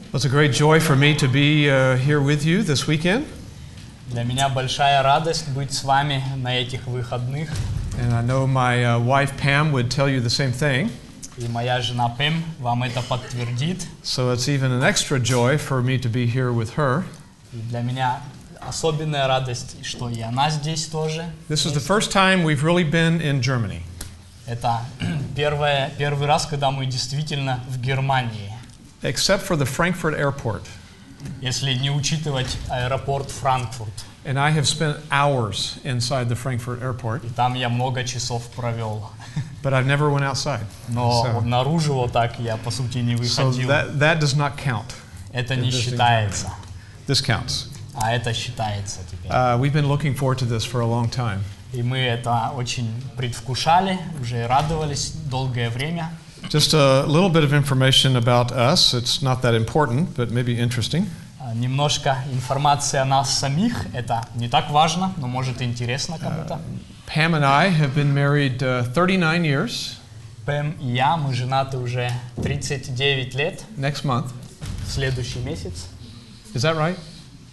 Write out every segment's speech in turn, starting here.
Well, it's a great joy for me to be uh, here with you this weekend, Для меня большая радость быть с вами на этих выходных. and I know my uh, wife Pam would tell you the same thing. И моя жена Пэм вам это подтвердит. So it's even an extra joy for me to be here with her. И для меня особенная радость, что и она здесь тоже. This is the first time we've really been in Germany. Это первое, первый раз, когда мы действительно в Германии. except for the Frankfurt airport. Если не учитывать аэропорт Франкфурт. And I have spent hours inside the Frankfurt airport, И там я много часов провел. but I've never went outside. Но So- вот наружу вот так я, по сути, не So выходил. that, that does not count. это не Interesting. считается. This counts. А это считается теперь. Uh, we've been looking forward to this for a long time. И мы это очень предвкушали, уже и радовались долгое время. Just a little bit of information about us. It's not that important, but maybe interesting. А, Немножко информации о нас самих, это не так важно, но может и интересно кому-то. Pam and I have been married uh, 39 years Пэм и я, мы женаты уже 39 лет, next month. в следующий месяц, Is that right?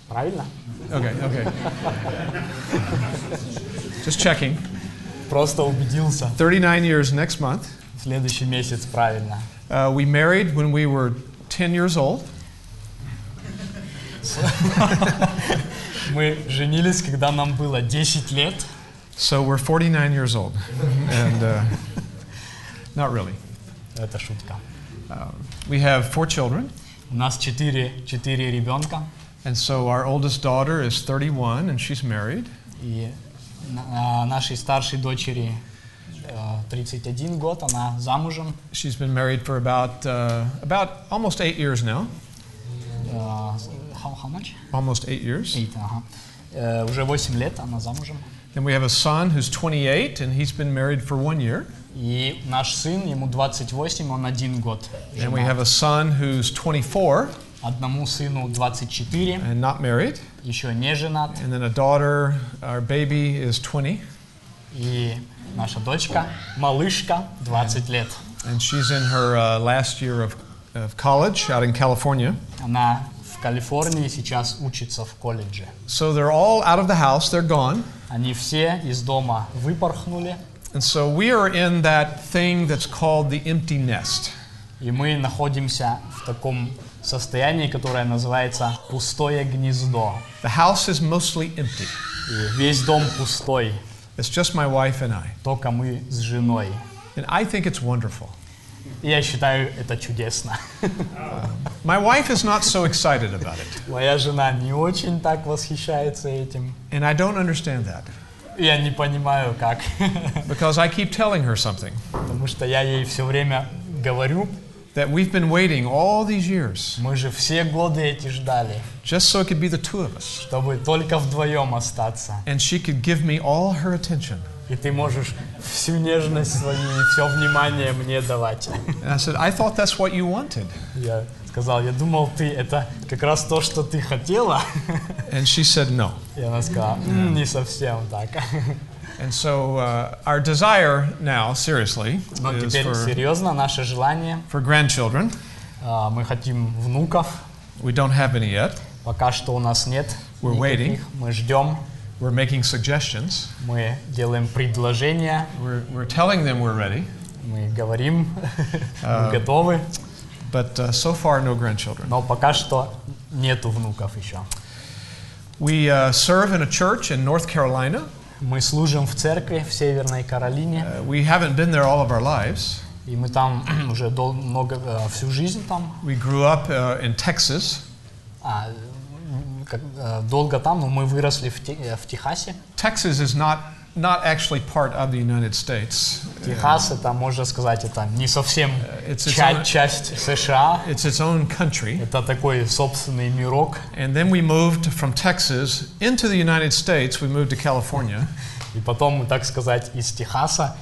правильно? Okay, okay. Just checking. Просто убедился, 39 years next month. в следующий месяц, правильно. Uh, we married when we were 10 years old. Мы женились, когда нам было 10 лет, So we're 49 years old. And uh, not really. это шутка. We have four children. У нас 4, 4 ребенка, And so our oldest daughter is 31 and she's married. И на- а, нашей старшей дочери э, 31 год, она замужем. She's been married for about, uh, about almost eight years now. Э, с- how- how much? Almost eight years. Eight, ага. Э, Уже 8 лет она замужем. Then we have a son who's 28 and he's been married for one year. И наш сын, ему 28, он один год. And we женат. have a son who's 24 Одному сыну 24, and not married. еще не женат. And then a daughter, our baby is 20 И наша дочка, малышка, 20 лет. and she's in her uh, last year of, of college out in California. Она в Калифорнии сейчас учится в колледже. So they're all out of the house, they're gone. Они все из дома выпорхнули, And so we are in that thing that's called the empty nest. И мы находимся в таком состоянии, которое называется пустое гнездо. The house is mostly empty. И весь дом пустой, It's just my wife and I. только мы с женой. And I think it's wonderful. И я считаю это чудесно. My wife is not so excited about it, Моя жена не очень так восхищается этим. and I don't understand that Я не понимаю, как. because I keep telling her something Потому что я ей все время говорю, that we've been waiting all these years мы же все годы эти ждали, just so it could be the two of us, чтобы только вдвоем остаться. and she could give me all her attention. И ты можешь всю нежность свою и все внимание мне давать. And I said, I thought that's what you wanted. Я сказал, я думал, ты это как раз то, что ты хотела. And she said, no. И она сказала, «М, не совсем так. And so uh, our desire now, seriously, Но is теперь for, серьезно, наше желание, for grandchildren. а, мы хотим внуков, We don't have any yet. пока что у нас нет We're никаких. Мы ждем, We're making suggestions. мы делаем предложения, We're, we're telling them we're ready. мы говорим, мы готовы, But uh, so far, no grandchildren. но пока что нету внуков еще. We uh, serve in a church in North Carolina. Мы служим в церкви в Северной Каролине, Uh, we haven't been there all of our lives. и мы там уже дол- много, э, всю жизнь там We grew up uh, in Texas. А, м, как, э, долго там, но мы выросли в, Те- э, в Техасе. Texas is not, not actually part of the United States, Техас, это, можно сказать, это не совсем it's- it's ча- on a- часть США. it's its own country. Это такой собственный мирок. And then we moved from Texas into the United States. We moved to California. И потом мы, так сказать, из Техаса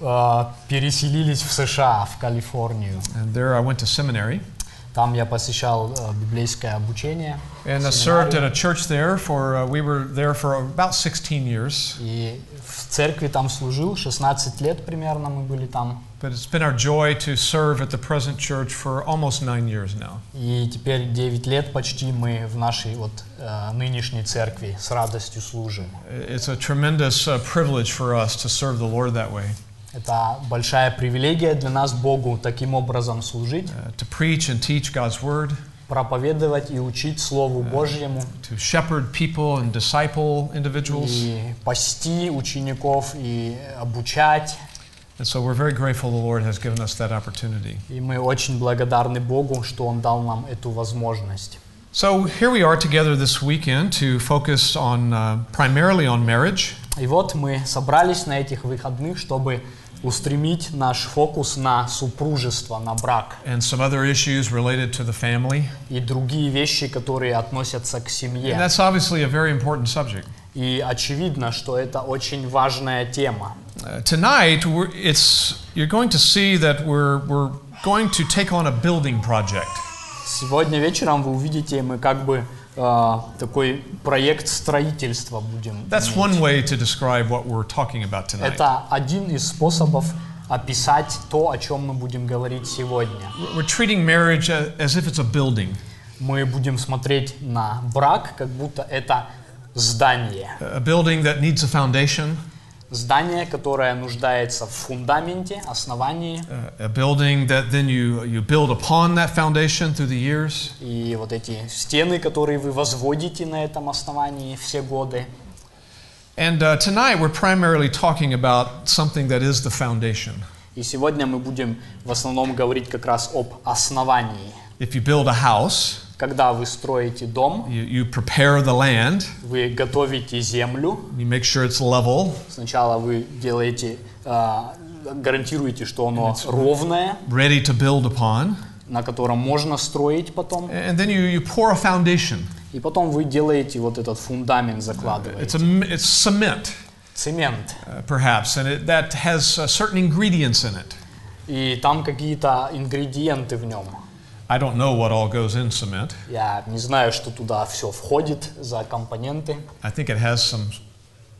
э, переселились в США, в Калифорнию. And there I went to seminary. Там я посещал э, библейское обучение. And I served at a church there for, uh, we were there for about 16 years. И в церкви там служил, 16 лет примерно мы были там. But it's been our joy to serve at the present church for almost nine years now. И теперь 9 лет почти мы в нашей вот э, нынешней церкви с радостью служим. It's a tremendous uh, privilege for us to serve the Lord that way, Это большая привилегия для нас Богу таким образом служить, uh, to preach and teach God's word, проповедовать и учить Слову Божьему, to shepherd people and disciple individuals. и пасти учеников, и обучать. And so we're very grateful the Lord has given us that opportunity. И мы очень благодарны Богу, что Он дал нам эту возможность. So here we are together this weekend to focus on uh, primarily on marriage. И вот мы собрались на этих выходных, чтобы устремить наш фокус на супружество, на брак and some other issues related to the family. и другие вещи, которые относятся к And семье. that's obviously a very important subject. И очевидно, что это очень важная тема. Uh, tonight, we're, it's, you're going to see that we're, we're going to take on a building project. Сегодня вечером вы увидите, мы как бы э, такой проект строительства будем. That's one way to describe what we're talking about tonight. Это один из способов описать то, о чем мы будем говорить сегодня. We're treating marriage a- as if it's a building, Мы будем смотреть на брак, как будто это здание. a building that needs a foundation, Здание, которое нуждается в фундаменте, основании. uh, a building that then you, you build upon that foundation through the years. И вот эти стены, которые вы возводите на этом основании все годы. And uh, tonight, we're primarily talking about something that is the foundation. И сегодня мы будем в основном говорить как раз об основании. If you build a house, Когда вы строите дом, You, you prepare the land, вы готовите землю. you make sure it's level, Сначала вы делаете, а, гарантируете, что оно ровное, ready to build upon, на котором можно строить потом. and then you, you pour a foundation. И потом вы делаете вот этот фундамент, закладываете. It's, a, m- it's cement, Цемент. uh, perhaps, and it, that has uh, certain ingredients in it. И там какие-то ингредиенты в нем. I don't know what all goes in cement. Я не знаю, что туда все входит за компоненты. I think it has some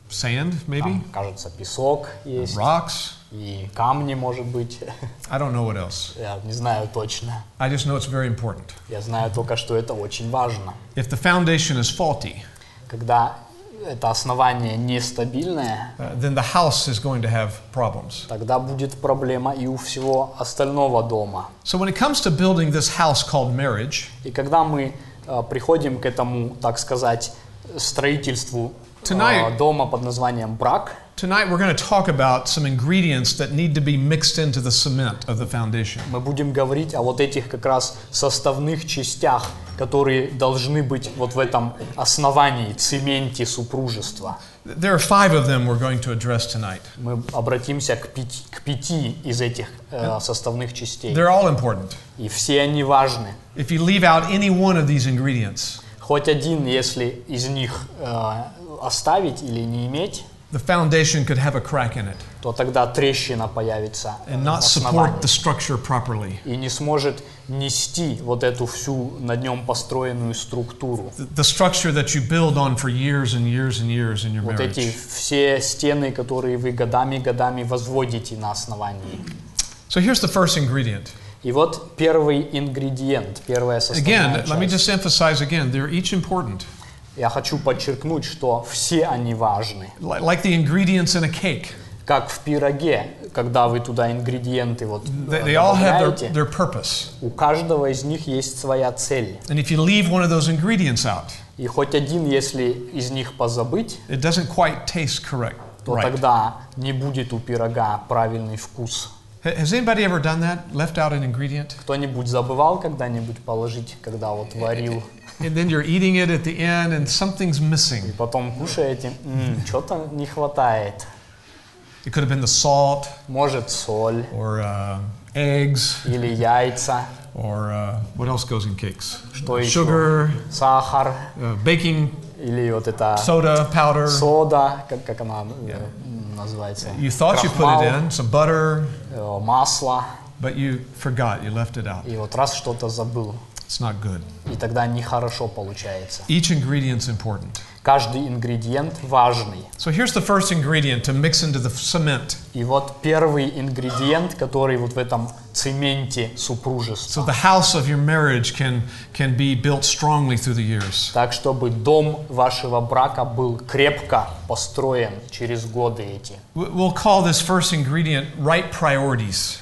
sand, maybe, Там, кажется, песок есть rocks. и камни, может быть. I don't know what else. Я не знаю точно. I just know it's very important. Я знаю только, что это очень важно. If the foundation is faulty, Когда это основание нестабильное, uh, then the house is going to have problems. тогда будет проблема и у всего остального дома. So, when it comes to building this house called marriage, И когда мы э, приходим к этому, так сказать, строительству э, Tonight- дома под названием брак, Tonight, we're going to talk about some ingredients that need to be mixed into the cement of the foundation. мы будем говорить о вот этих как раз составных частях, которые должны быть вот в этом основании, цементе супружества. There are five of them we're going to address tonight. Мы обратимся к пяти, к пяти из этих э, составных частей. They're all important. И все они важны. If you leave out any one of these ingredients, Хоть один, если из них э, оставить или не иметь, the foundation could have a crack in it то тогда трещина появится э, and в not support основании the structure properly. и не сможет нести вот эту всю на нем построенную структуру. The, the structure that you build on for years and years and years in your Вот эти marriage. все стены, которые вы годами-годами возводите на основании. So here's the first ingredient. И вот первый ингредиент, первая составная Again, let me часть. just emphasize again, they're each important. Я хочу подчеркнуть, что все они важны. Li- Like the ingredients in a cake, Как в пироге, когда вы туда ингредиенты вот they, э, they all have добавляете, their, their purpose. у каждого из них есть своя цель. And if you leave one of those ingredients out, И хоть один, если из них позабыть, it doesn't quite taste correct. то тогда не будет у пирога правильный вкус. Ha- Has anybody ever done that? Left out an ingredient? Кто-нибудь забывал когда-нибудь положить, когда вот варил, And then you're eating it at the end and something's missing. и потом кушаете, что-то не хватает. It could have been the salt Может соль or uh, eggs или яйца, or uh, what else goes in cakes? Что еще? Sugar, сахар uh, baking или вот это soda powder. сода, как, как она э, м, называется, You thought you put крахмал, it in, some butter, э, масло. but you forgot, you left it out. И вот раз что-то забыл, It's not good. и тогда нехорошо получается. Each ingredient's important. Каждый ингредиент важный. So here's the first ingredient to mix into the f- cement. И вот первый ингредиент, который вот в этом цементе супружества. So the house of your marriage can, can be built strongly through the years. Так, чтобы дом вашего брака был крепко построен через годы эти. W- We'll call this first ingredient right priorities.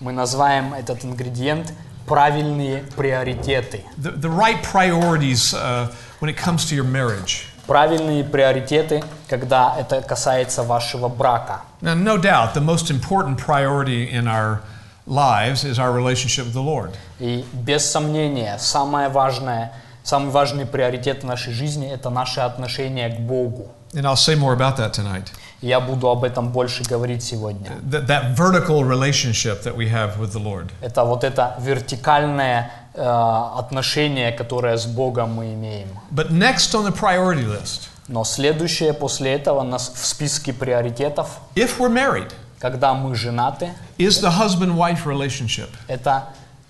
Мы называем этот ингредиент правильные приоритеты. The, the right priorities uh, when it comes to your marriage. Правильные приоритеты, когда это касается вашего брака. Now, no doubt, the most important priority in our lives is our relationship with the Lord. И без сомнения, самое важное, самый важный приоритет в нашей жизни – это наши отношения к Богу. And I'll say more about that tonight. Я буду об этом больше говорить сегодня. That, that vertical relationship that we have with the Lord. Это вот это вертикальное э, отношение, которое с Богом мы имеем. But next on the priority list, Но следующее после этого у нас в списке приоритетов, if we're married, когда мы женаты, is the husband wife relationship. это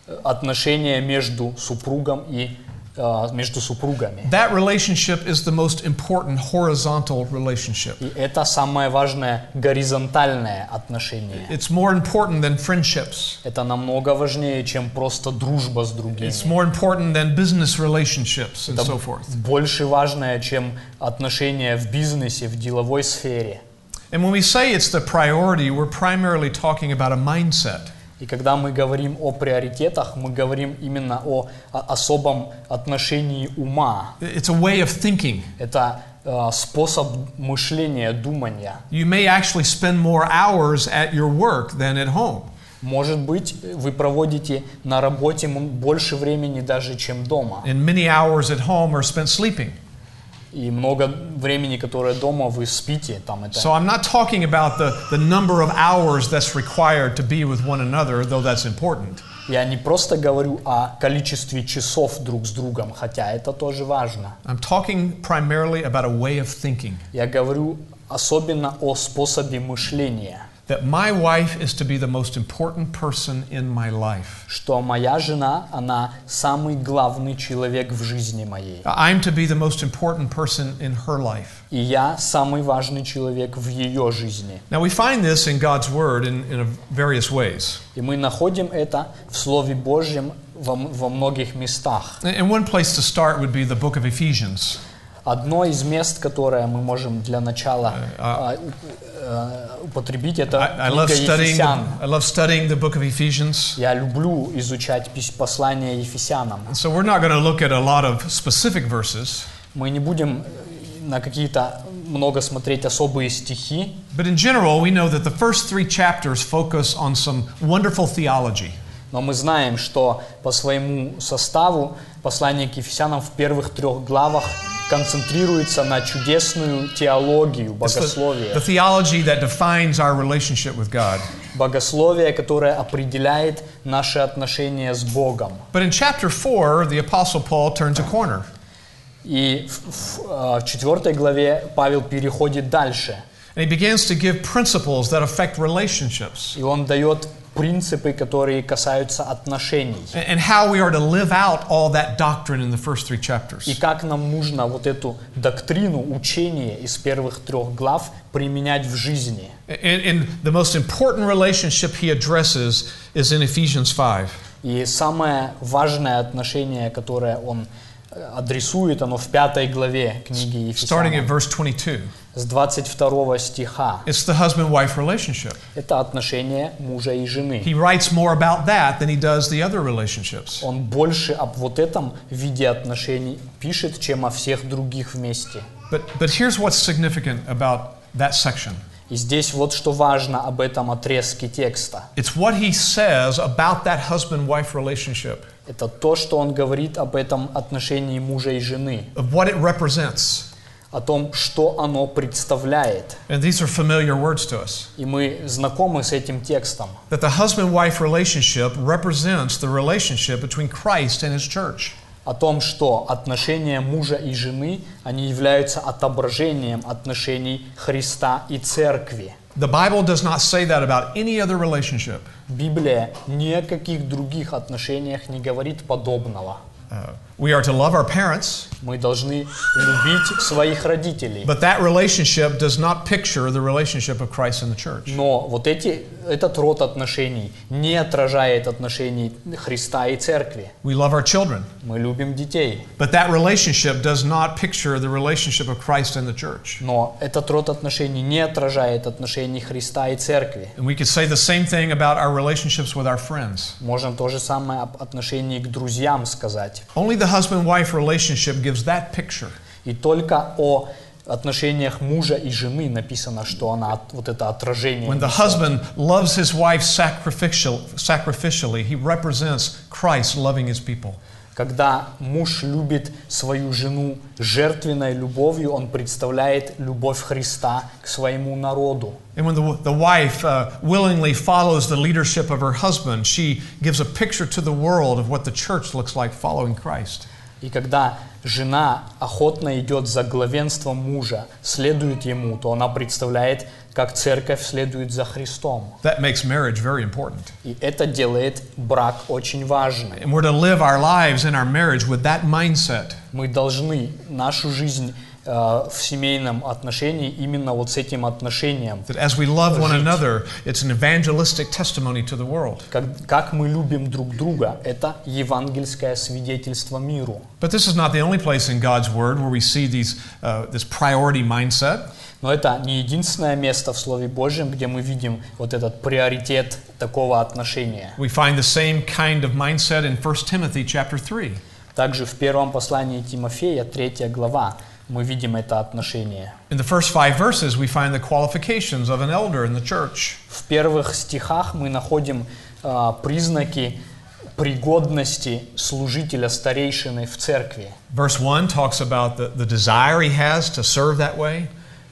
э, отношение между супругом и э, между супругами. That relationship is the most important horizontal relationship. И это самое важное горизонтальное отношение. It's more important than friendships. Это намного важнее, чем просто дружба с другими. It's more important than business relationships and so forth. Больше важное, чем отношения в бизнесе, в деловой сфере. And when we say it's the priority, we're primarily talking about a mindset. И когда мы говорим о приоритетах, мы говорим именно о о- особом отношении ума. It's a way of thinking. Это э, способ мышления, думания. You may actually spend more hours at your work than at home. Может быть, вы проводите на работе м- больше времени даже, чем дома. And many hours at home are spent sleeping. И много времени, которое дома, вы спите. Там это. So I'm not talking about the, the number of hours that's required to be with one another, though that's important. Я не просто говорю о количестве часов друг с другом, хотя это тоже важно. I'm talking primarily about a way of thinking. Я говорю особенно о способе мышления. That my wife is to be the most important person in my life. что моя жена, она самый главный человек в жизни моей. I'm to be the most important person in her life. И я самый важный человек в ее жизни. Now, we find this in God's Word in, in a- various ways. И мы находим это в Слове Божьем во, м- во многих местах. And one place to start would be the book of Ephesians. Одно из мест, которое мы можем для начала а, у- э, употребить, это I, I love книга studying. The, Ефесян. I love studying the book of Ephesians. Я люблю изучать пис- послание Ефесянам. So we're not going to look at a lot of specific verses, Мы не будем э, на какие-то много смотреть особые стихи, but in general, we know that the first three chapters focus on some wonderful theology. Но мы знаем, что по своему составу послание к Ефесянам в первых трех главах концентрируется на чудесную It's теологию, the- the богословие. theology that defines our relationship with God. Богословие, которое определяет наши отношения с Богом. But in chapter four, the apostle Paul turns a corner, И в, в, э, в четвертой главе Павел переходит дальше, and he begins to give principles that affect relationships и он дает принципы, которые касаются отношений. and- and how we are to live out all that doctrine in the first three И chapters. как нам нужно вот эту доктрину, учение из первых трех глав применять в жизни. And, and the most important relationship he addresses is in Ephesians five. И самое важное отношение, которое он э, адресует, оно в пятой главе книги starting at Ефесянам, verse 22. с 22 стиха. It's the husband wife relationship. Это отношение мужа и жены. He writes more about that than he does the other relationships. Он больше об вот этом виде отношений пишет, чем о всех других вместе. But, but here's what's significant about that section И здесь вот что важно об этом отрезке текста. it's what he says about that husband wife relationship, Это то, что он говорит об этом отношении мужа и жены, of what it represents. о том, что оно представляет. And these are familiar words to us. И мы знакомы с этим текстом. That the husband wife relationship represents the relationship between Christ and his church. о том, что отношения мужа и жены, они являются отображением отношений Христа и Церкви. The Bible does not say that about any other relationship. Библия ни о каких других отношениях не говорит подобного. Uh, we are to love our parents, Мы должны любить своих родителей. but that relationship does not picture the relationship of Christ and the church. Но вот эти, этот род отношений не отражает отношений Христа и Церкви. We love our children, Мы любим детей, but that relationship does not picture the relationship of Christ and the church. но этот род отношений не отражает отношений Христа и Церкви. And we could say the same thing about our relationships with our friends. Можно то же самое об отношении к друзьям сказать. Only the husband wife relationship gives that picture. И только о отношениях мужа и жены написано, что она от- вот это отражение. When the несёт. husband loves his wife sacrificial, sacrificially, he represents Christ loving his people. Когда муж любит свою жену жертвенной любовью, он представляет любовь Христа к своему народу. And when the, the wife uh, willingly follows the leadership of her husband, she gives a picture to the world of what the church looks like following Christ. И когда жена охотно идет за главенством мужа, следует ему, то она представляет, как церковь следует за Христом. That makes marriage very important. И это делает брак очень важным. And we're to live our lives in our marriage with that mindset. Мы должны нашу жизнь э, в семейном отношении именно вот с этим отношением. That as we love one Жить. another, it's an evangelistic testimony to the world. Как, как мы любим друг друга, это евангельское свидетельство миру. But this is not the only place in God's Word where we see these, uh, this priority mindset. Но это не единственное место в Слове Божьем, где мы видим вот этот приоритет такого отношения. We find the same kind of mindset in 1 Timothy chapter 3. Также в первом послании Тимофея, 3 глава, мы видим это отношение. In the first five verses, we find the qualifications of an elder in the church. В первых стихах мы находим а, признаки пригодности служителя старейшины в церкви. Verse 1 talks about the, the desire he has to serve that way.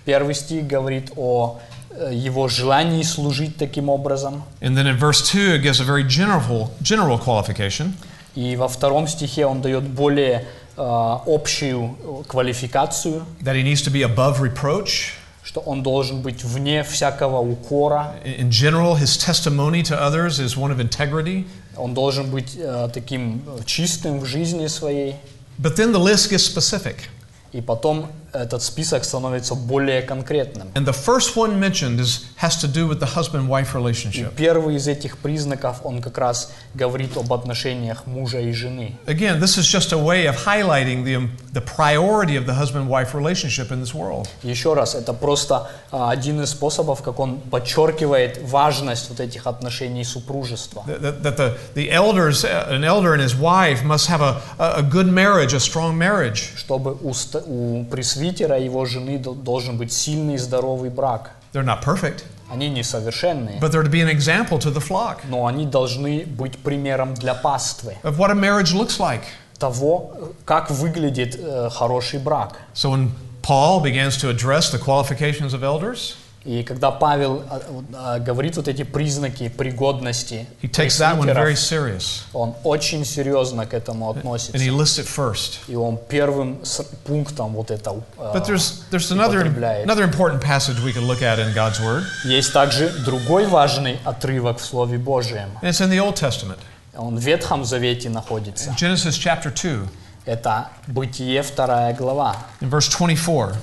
Первый стих говорит о э, его желании служить таким образом. And then in verse 2, it gives a very general, general qualification. И во втором стихе он дает более э, общую э, квалификацию, that he needs to be above reproach. что он должен быть вне всякого укора, In- In general, his testimony to others is one of integrity. он должен быть э, таким э, чистым в жизни своей. But then the list gets specific. И потом этот список становится более конкретным. And the first one mentioned is, has to do with the husband wife И relationship. первый из этих признаков, он как раз говорит об отношениях мужа и жены. Again, this is just a way of highlighting the, the priority of the husband wife relationship in this world. Еще раз, это просто а, один из способов, как он подчеркивает важность вот этих отношений супружества. That, that- that the, the elders, uh, an elder and his wife, must have a, a a good marriage, a strong marriage. Чтобы у, ст- у пресвитера и его жены дол- должен быть сильный и здоровый брак. They're not perfect, Они несовершенные, but they're to be an example to the flock но они должны быть примером для паствы of what a marriage looks like. того, э, как выглядит э, хороший брак. So when Paul begins to address the qualifications of elders, И когда Павел а, вот, а, говорит вот эти признаки пригодности he takes that one very пресвитеров, serious. он очень серьезно к этому And he относится. lists it first. И он первым с- пунктом вот это... э, But there's, there's another, употребляет. another important passage we can look at in God's Word, Есть также другой важный отрывок в Слове Божьем. and it's in the Old Testament. Он в Ветхом Завете находится. Genesis chapter 2, Это Бытие 2 глава, in verse 24.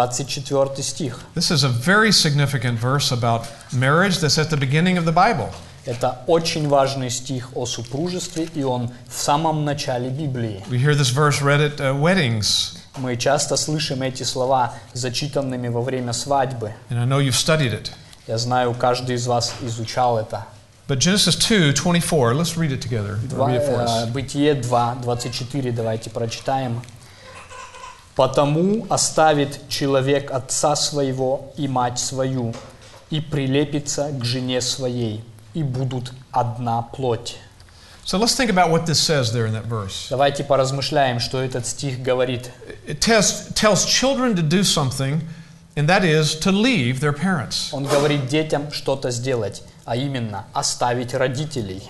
24 стих. This is a very significant verse about marriage that's at the beginning of the Bible. Это очень важный стих о супружестве, и он в самом начале Библии. We hear this verse read at uh, weddings, Мы часто слышим эти слова, зачитанными во время свадьбы. and I know you've studied it. Я знаю, каждый из вас изучал это. But Genesis 2, 24, let's read it together. Два- Read it for э, us. Бытие 2, 24, давайте прочитаем. «Потому оставит человек отца своего и мать свою, и прилепится к жене своей, и будут одна плоть». So let's think about what this says there in that verse. Давайте поразмышляем, что этот стих говорит. It tells, tells children to do something, and that is to leave their parents. Он говорит детям что-то сделать, а именно оставить родителей.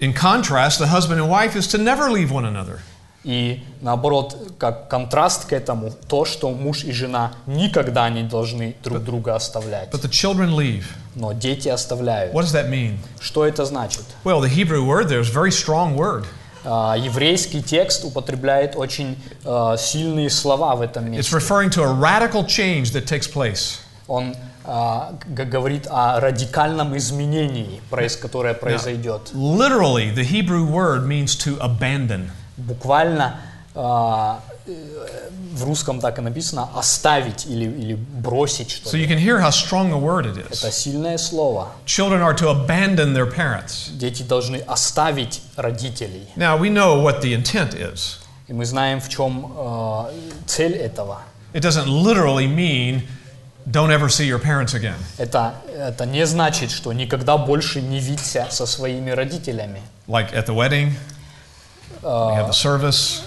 In contrast, the husband and wife is to never leave one another. И наоборот, как контраст к этому, то, что муж и жена никогда не должны друг друга оставлять. But the children leave. Но дети оставляют. What does that mean? Что это значит? Well, the Hebrew word there is a very strong word. А, еврейский текст употребляет очень э, сильные слова в этом It's месте. referring to a radical change that takes place. Он а, г- говорит о радикальном изменении, проис- которое произойдет. Literally, the Hebrew word means to abandon. Буквально а, э, в русском так и написано оставить или, или бросить So что-то. you can hear how strong a word it Это is. сильное слово. Children are to abandon their parents. Дети должны оставить родителей. Now, we know what the intent is. И мы знаем, в чем э, цель этого. It doesn't literally mean don't ever see your parents again. Это, это не значит, что никогда больше не видься со своими родителями. Like at the wedding, we have the service,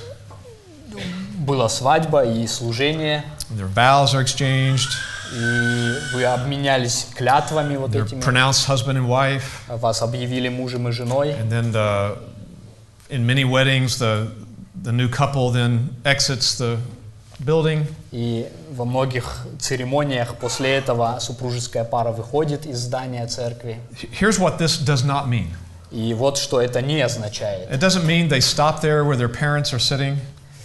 Была свадьба и служение, their vows are exchanged, и вы обменялись клятвами вот they're этими. pronounced husband and wife, Вас объявили мужем и женой. and then the, in many weddings, the, the new couple then exits the building. И во многих церемониях после этого супружеская пара выходит из здания церкви. Here's what this does not mean И вот что это не означает. it doesn't mean they stop there where their parents are sitting.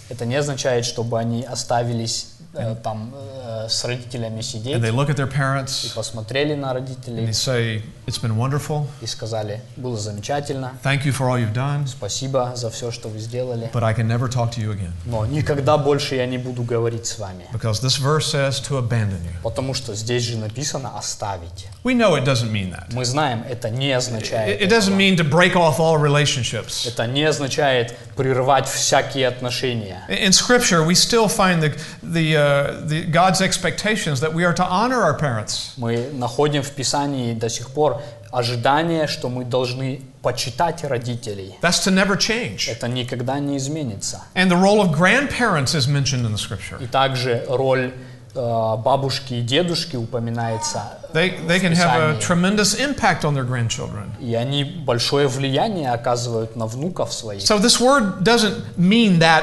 Это не означает, чтобы они оставились э, там э, с родителями сидеть And they look at their и parents посмотрели на and they родителей say, It's been wonderful. и сказали, было замечательно, Thank you for all you've done, спасибо за все, что вы сделали, but I can never talk to you again. но никогда больше я не буду говорить с вами. Because this verse says to abandon you. Потому что здесь же написано «оставить». We know it doesn't mean that. Мы знаем, это не означает. It, it doesn't mean to break off all relationships. Это не означает прерывать всякие отношения. In- In Scripture, we still find the, the, uh, the God's expectations that we are to honor our parents. Мы находим в Писании до сих пор ожидание, что мы должны почитать родителей. That's to never change. Это никогда не изменится. And the role of grandparents is mentioned in the Scripture. И также роль э, бабушки и дедушки упоминается, They, they can have a Писание. tremendous impact on their grandchildren. и они большое влияние оказывают на внуков своих. So this word doesn't mean that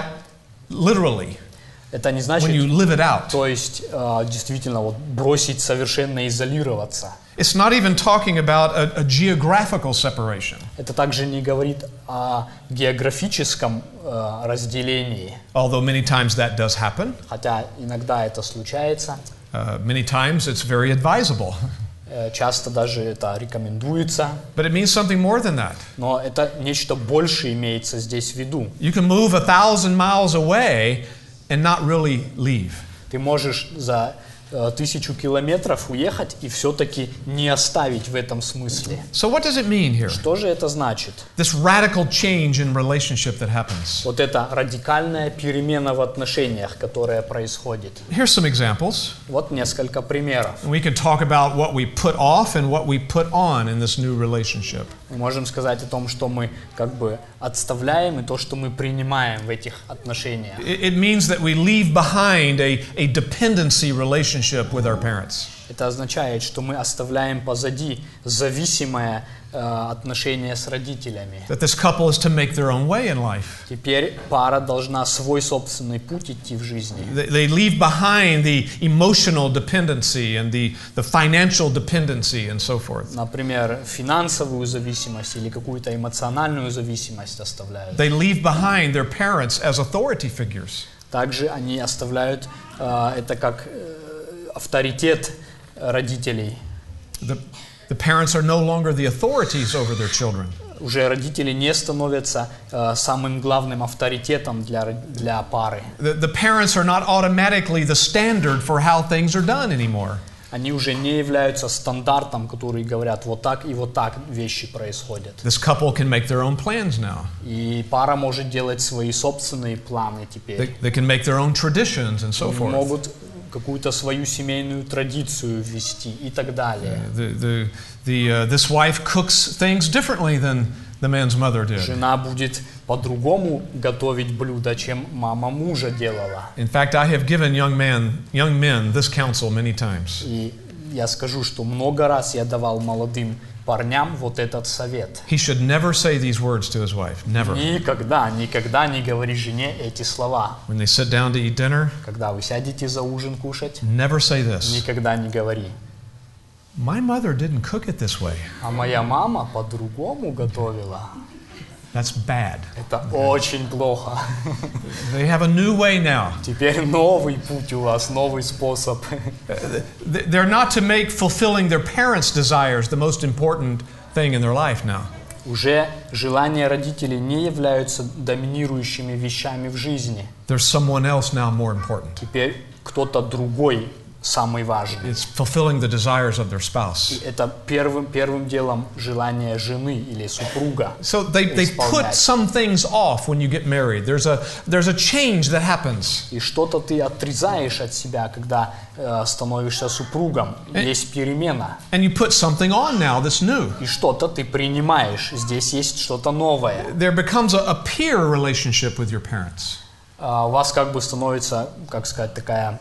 literally Это не when you значит, live it out. то есть э, действительно вот бросить совершенно изолироваться. It's not even talking about a, a geographical separation. Это также не говорит о географическом э, разделении, Although many times that does happen, хотя иногда это случается, uh, many times it's very advisable. э, часто даже это рекомендуется, But it means something more than that. но это нечто больше имеется здесь в виду. You can move a thousand miles away and not really leave. Ты можешь за э, тысячу километров уехать и все-таки не оставить в этом смысле. So, what does it mean here? Что же это значит? This radical change in relationship that happens. Вот эта радикальная перемена в отношениях, которая происходит. Here's some examples. Вот несколько примеров. We can talk about what we put off and what we put on in this new relationship. Мы можем сказать о том, что мы как бы отставляем и то, что мы принимаем в этих отношениях. It, it means that we leave behind a, a dependency relationship with our parents. Это означает, что мы оставляем позади зависимое э, отношение с родителями. that this couple is to make their own way in life. Теперь пара должна свой собственный путь идти в жизни. They, they leave behind the emotional dependency and the, the financial dependency and so forth. например, финансовую зависимость или какую-то эмоциональную зависимость оставляют. They leave behind their parents as authority figures. Также они оставляют а, это как э, авторитет родителей. The, the parents are no longer the authorities over their children. Уже родители не становятся э, самым главным авторитетом для, ро- для пары. The, the parents are not automatically the standard for how things are done anymore. Они уже не являются стандартом, которые говорят вот так и вот так вещи происходят. This couple can make their own plans now. И пара может делать свои собственные планы теперь. They, they can make their own traditions and so Они forth. могут какую-то свою семейную традицию ввести и так далее. The, the, the, uh, this wife cooks things differently than the man's mother did. Жена будет по-другому готовить блюдо, чем мама мужа делала. In fact, I have given young man, young men this counsel many times. И я скажу, что много раз я давал молодым парням вот этот совет. He should never say these words to his wife. Never. Mm-hmm. Никогда, никогда не говори жене эти слова. When they sit down to eat dinner, Когда вы сядете за ужин кушать, never say this. никогда не говори. My mother didn't cook it this way. А моя мама по-другому готовила. That's bad. Это очень плохо. They have a new way now. Теперь новый путь у вас, новый способ. Th- They're not to make fulfilling their parents' desires the most important thing in their life now. Уже желания родителей не являются доминирующими вещами в жизни. There's someone else now more important. Теперь кто-то другой самый важный. It's fulfilling the desires of their spouse. Это первым, первым делом желание жены или супруга. So they, they put Исполнять. some things off when you get married. There's a, there's a change that happens. И что-то ты отрезаешь от себя, когда э, становишься супругом. Есть перемена. And you put something on now that's new. И что-то ты принимаешь. Здесь есть что-то новое. There becomes a, a peer relationship with your parents. А у вас как бы становится, как сказать, такая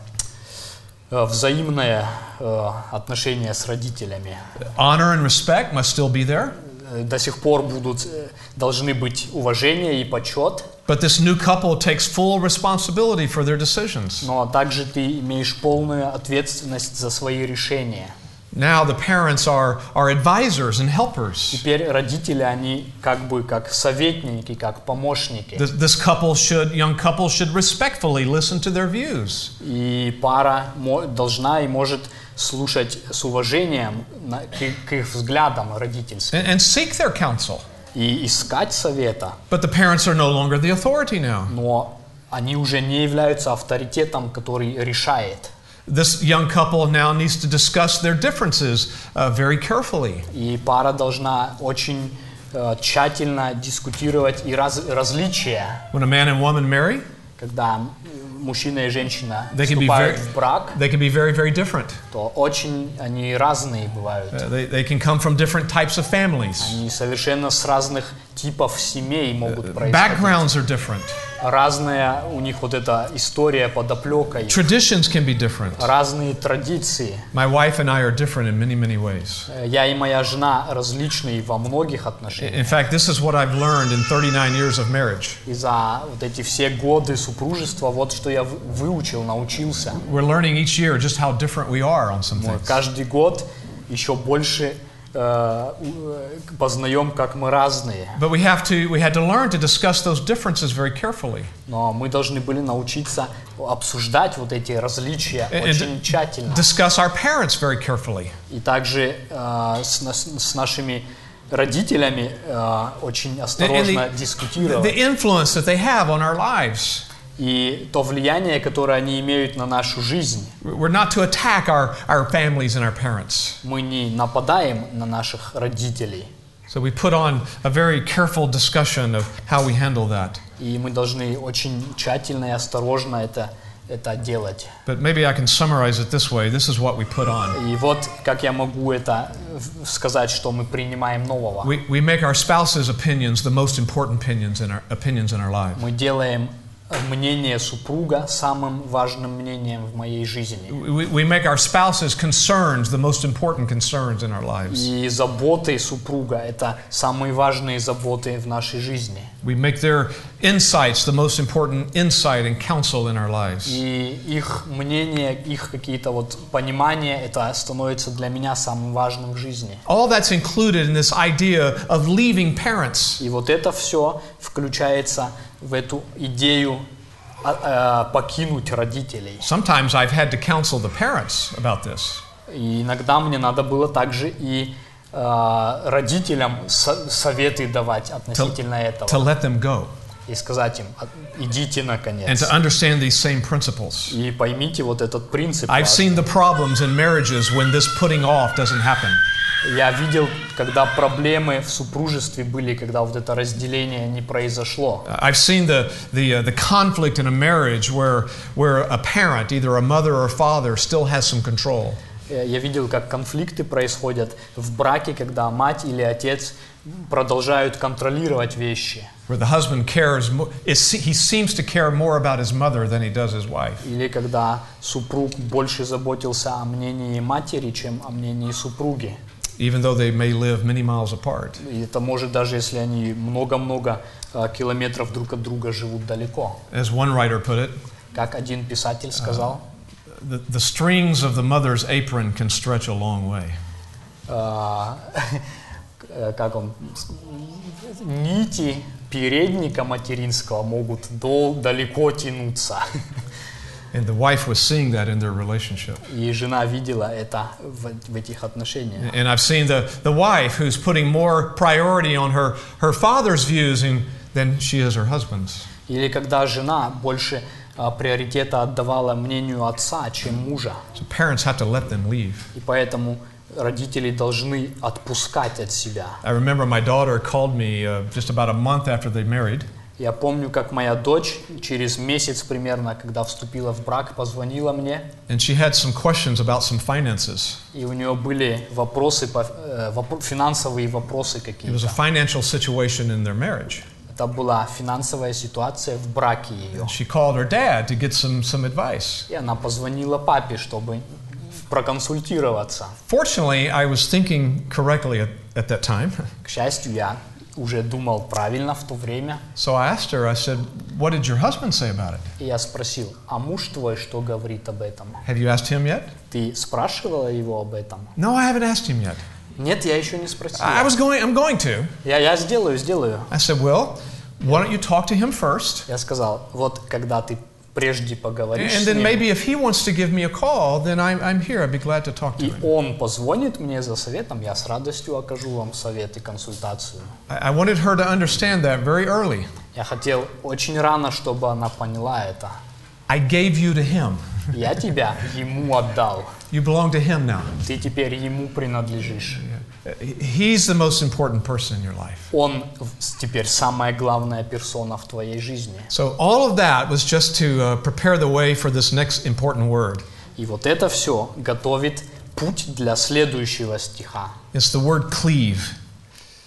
э, взаимное э, отношение с родителями. Honor and respect must still be there, Э, До сих пор будут, э, должны быть уважение и почет, but this new couple takes full responsibility for their decisions. но также ты имеешь полную ответственность за свои решения. Now the parents are, are advisors and helpers. Теперь родители, они как бы как советники, как помощники. This, this couple should, young couple should respectfully listen to their views. И пара мо- должна и может слушать с уважением на- к, их- к их взглядам родительским and, and seek their counsel. и искать совета, But the parents are no longer the authority now. но они уже не являются авторитетом, который решает. This young couple now needs to discuss their differences uh, very carefully. И пара должна очень э, тщательно дискутировать и раз- различия, When a man and woman marry, когда м, мужчина и женщина They can be вступают very- в брак, they can be very, very different. то очень они разные бывают. Uh, they, they can come from different types of families, Они совершенно с разных типов семей Э, могут происходить. backgrounds are different, Разная у них вот эта история подоплека, их, traditions can be different. разные традиции. My wife and I are different in many, many ways. Э, Я и моя жена различные во многих отношениях. In fact, this is what I've learned in 39 years of marriage. И за вот эти все годы супружества вот что я вы- выучил, научился. We're learning each year just how different we are on some things. Каждый год еще больше э, у- э, познаем, как мы разные. But we have to we had to learn to discuss those differences very carefully. Но мы должны были научиться обсуждать вот эти различия Э, э, очень д- тщательно. Discuss our parents very carefully. И также э, с, нас- с нашими родителями э, очень осторожно And the- дискутировать. The influence that they have on our lives. И то влияние, которое они имеют на нашу жизнь. We're not to attack our, our families and our parents. Мы не нападаем на наших родителей. So we put on a very careful discussion of how we handle that. И мы должны очень тщательно и осторожно это, это делать. But maybe I can summarize it this way. This is what we put on. И вот как я могу это в- сказать, что мы принимаем нового. We, we make our spouse's opinions the most important opinions in our opinions in our life. Мы делаем мнение супруга самым важным мнением в моей жизни. We, we make our spouse's concerns the most important concerns in our lives. И заботы супруга – это самые важные заботы в нашей жизни. We make their insights the most important insight and counsel in our lives. И их мнение, их какие-то вот понимания – это становится для меня самым важным в жизни. All that's included in this idea of leaving parents. И вот это все включается в эту идею а, э, покинуть родителей. Sometimes I've had to counsel the parents about this. И иногда мне надо было также и э, родителям со- советы давать относительно to этого let them go и сказать им «А, идите and наконец to understand these same principles. и поймите вот этот принцип. I've важный. seen the problems in marriages when this putting off doesn't happen. Я видел, когда проблемы в супружестве были, когда вот это разделение не произошло. I've seen the, the, uh, the conflict in a marriage where, where a parent, either a mother or father, still has some control. Э, Я видел, как конфликты происходят в браке, когда мать или отец продолжают контролировать вещи. where the husband cares, mo- is, he seems to care more about his mother than he does his wife. Или когда супруг больше заботился о мнении матери, чем о мнении супруги. even though they may live many miles apart. И это может даже, если они много-много э, километров друг от друга живут далеко. As one writer put it, Как один писатель сказал, the, the strings of the mother's apron can stretch a long way. а, э, как он, с- нити передника материнского могут дол- далеко тянуться. And the wife was seeing that in their relationship. И жена видела это в, в этих отношениях. And I've seen the, the wife who's putting more priority on her, her father's views and, than she is her husband's. Или когда жена больше а, приоритета отдавала мнению отца, чем мужа. So parents have to let them leave. И поэтому родители должны отпускать от себя. I remember my daughter called me uh, just about a month after they married, Я помню, как моя дочь через месяц примерно, когда вступила в брак, позвонила мне, and she had some questions about some finances. и у нее были вопросы, по- э, вопро- финансовые вопросы It was какие-то. a financial situation in their marriage. Это была финансовая ситуация в браке ее. She called her dad to get some, some advice. И она позвонила папе, чтобы проконсультироваться. Fortunately, I was thinking correctly at, at that time. К счастью, я уже думал правильно в то время, So I asked her, I said, What did your husband say about it? и я спросил, а муж твой что говорит об этом? Have you asked him yet? Ты спрашивала его об этом? No, I haven't asked him yet. Нет, я еще не спросил. I I was going, I'm going to. Я, я сделаю, сделаю. I said, Well, why don't you talk to him first? Я сказал, вот когда ты прежде поговоришь And с then ним, maybe if he wants to give me a call, then I'm, I'm here. I'd be glad to talk to и him. он позвонит мне за советом, я с радостью окажу вам совет и консультацию. I, I wanted her to understand that very early. Я хотел очень рано, чтобы она поняла это. I gave you to him. Я тебя ему отдал. You belong to him now. Ты теперь ему принадлежишь. Uh, he- He's the most important person in your life. Он в- с- теперь самая главная персона в твоей жизни. So, all of that was just to uh, prepare the way for this next important word. И вот это все готовит путь для следующего стиха. It's the word cleave.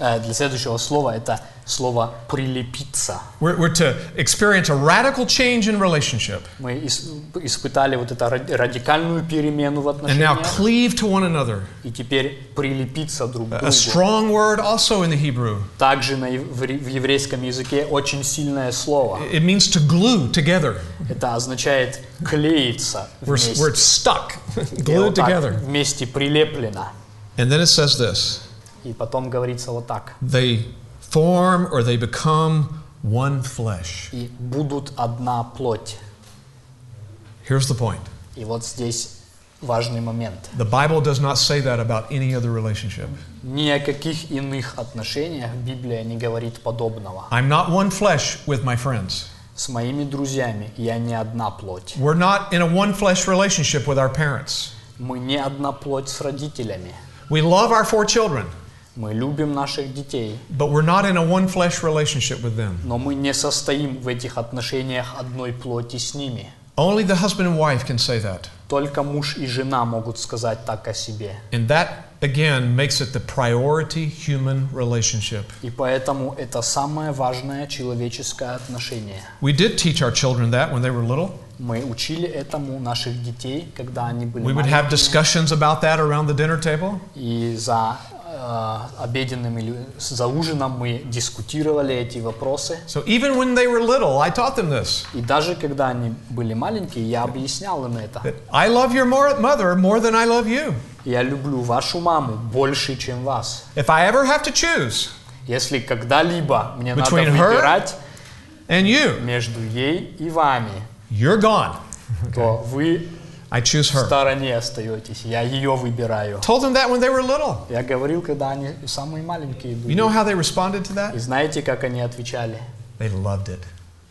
Э, для следующего слова это слово «прилепиться». We're, we're to experience a radical change in relationship Мы ис- испытали вот эту ради- радикальную перемену в and now отношениях, cleave to one another. и теперь прилепиться друг к A другу. strong word also in the Hebrew. Также на, ев- в ре- в еврейском языке очень сильное слово. It means to glue together. Это означает клеиться We're, вместе. we're stuck, И вот glued так together. вместе прилеплено. And then it says this И потом говорится вот так. they form or they become one flesh. И будут одна плоть. Here's the point И вот здесь важный момент. the Bible does not say that about any other relationship. Ни о каких иных отношениях Библия не говорит подобного. I'm not one flesh with my friends. С моими друзьями я не одна плоть. We're not in a one flesh relationship with our parents. Мы не одна плоть с родителями. We love our four children. Мы любим наших детей, But we're not in a one flesh relationship with them. но мы не состоим в этих отношениях одной плоти с ними. Only the husband and wife can say that. Только муж и жена могут сказать так о себе. And that, again, makes it the priority human relationship. И поэтому это самое важное человеческое отношение. We did teach our children that when they were little. Мы учили этому наших детей, когда они были We would have маленькими. discussions about that around the dinner table. И за э, обеденным или за ужином мы дискутировали эти вопросы. So even when they were little, I taught them this И даже когда они были маленькие, я объяснял им это. that I love your mor- mother more than I love you. Я люблю вашу маму больше, чем вас. If I ever have to choose, Если когда-либо мне Between надо her- выбирать and you, между ей и вами, you're gone. то вы I choose в her. стороне остаетесь. Я ее выбираю. Told them that when they were little. Я говорил, когда они самые маленькие были. You know how they responded to И that? знаете, как они отвечали? They loved it.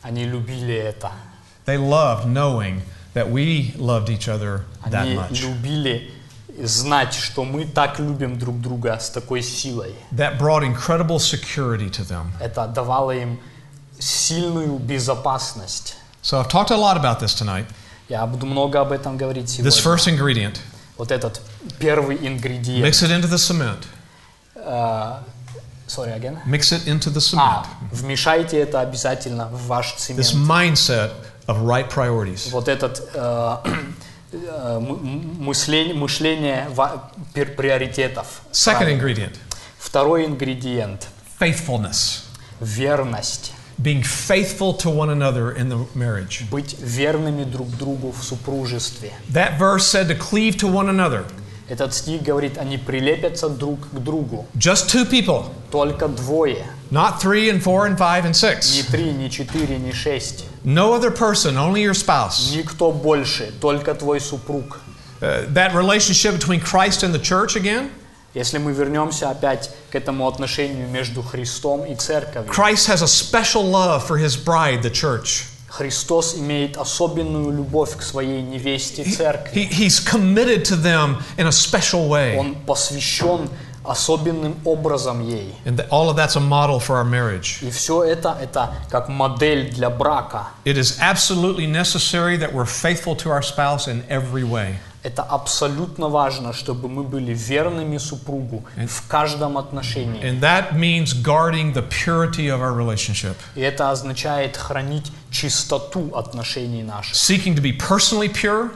Они любили это. They loved knowing that we loved each other that Они much. любили знать, что мы так любим друг друга с такой силой. That brought incredible security to them. Это давало им сильную безопасность. So I've talked a lot about this tonight. Я буду много об этом говорить сегодня. This first ingredient, вот этот первый ингредиент. Mix it into the cement. А, sorry again. Mix it into the cement. А, вмешайте это обязательно в ваш This цемент. mindset of right priorities. Вот этот э, э, мы- м- мыслень- мышление ва- пер- приоритетов. Second Правильно. ingredient Второй ингредиент faithfulness. – верность. Being faithful to one another in the marriage. Быть верными друг другу в супружестве. That verse said to cleave to one another. Этот стих говорит, они прилепятся друг к другу. Just two people, Только двое. not three and four and five and Не six. три, не четыре, не шесть. No other person, only your spouse. Никто больше, только твой супруг. Uh, that relationship between Christ and the church again. Если мы вернемся опять к этому отношению между Христом и Церковью. Christ has a special love for his bride, the church. Христос имеет особенную любовь к своей невесте Церкви. He, he's committed to them in a special way. Он посвящен особенным образом ей. And th- all of that's a model for our marriage. И все это, это как модель для брака. It is absolutely necessary that we're faithful to our spouse in every way. Это абсолютно важно, чтобы мы были верными супругу в каждом отношении. And that means guarding the purity of our relationship, И это означает хранить чистоту отношений наших. seeking to be personally pure,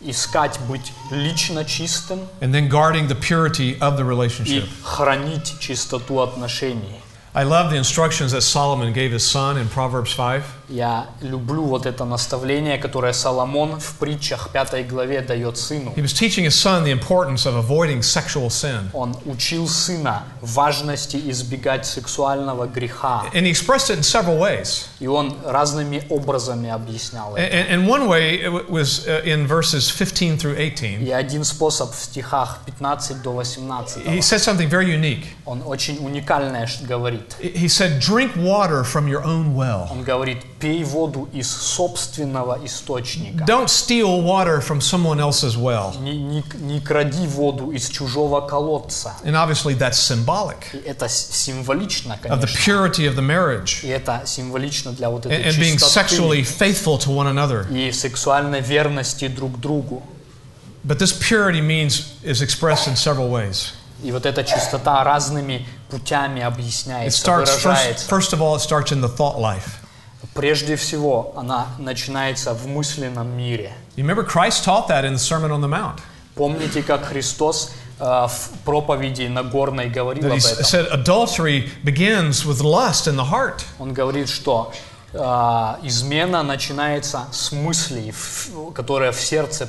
Искать быть лично чистым and then guarding the purity of the и relationship. хранить чистоту отношений. I love the instructions that Solomon gave his son in Proverbs 5. Я люблю вот это наставление, которое Соломон в притчах 5 главе дает сыну. He was teaching his son the importance of avoiding sexual sin. Он учил сына важности избегать сексуального греха. And he expressed it in several ways. И он разными образами объяснял это. And, and one way it w- was uh, in verses 15 through 18. И один способ в стихах 15 до 18. He said something very unique. Он очень уникальное ш- говорит. He- He said, Drink water from your own well. Он говорит, пей воду из собственного источника. Don't steal water from someone else's well. Не, не к- не кради воду из чужого колодца. And обviously, that's symbolic И это с- символично, of the конечно. purity of the marriage И это символично для вот and, этой and being чистоты sexually faithful to one another. и сексуальной верности друг другу. But this purity means is expressed in several ways. И вот эта чистота разными путями It объясняется, starts, first, выражается. first of all, it starts in the thought life. Прежде всего, она начинается в мысленном мире. You remember Christ taught that in the Sermon on the Mount. Помните, как Христос э, в проповеди Нагорной говорил That об he этом? s- said adultery begins with lust in the heart. Он говорит, что э, измена начинается с мыслей, в- которая в сердце So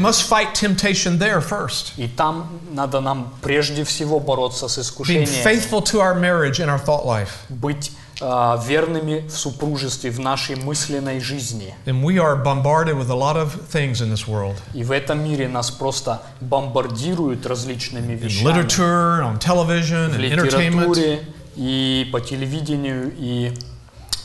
we must fight temptation there first. И там надо нам прежде всего бороться с Being искушением, faithful to our marriage and our thought life. быть э, верными в супружестве, в нашей мысленной жизни. And we are bombarded with a lot of things in this world И в этом мире нас просто бомбардируют различными in вещами. literature, on television, в in entertainment. литературе, и по телевидению, и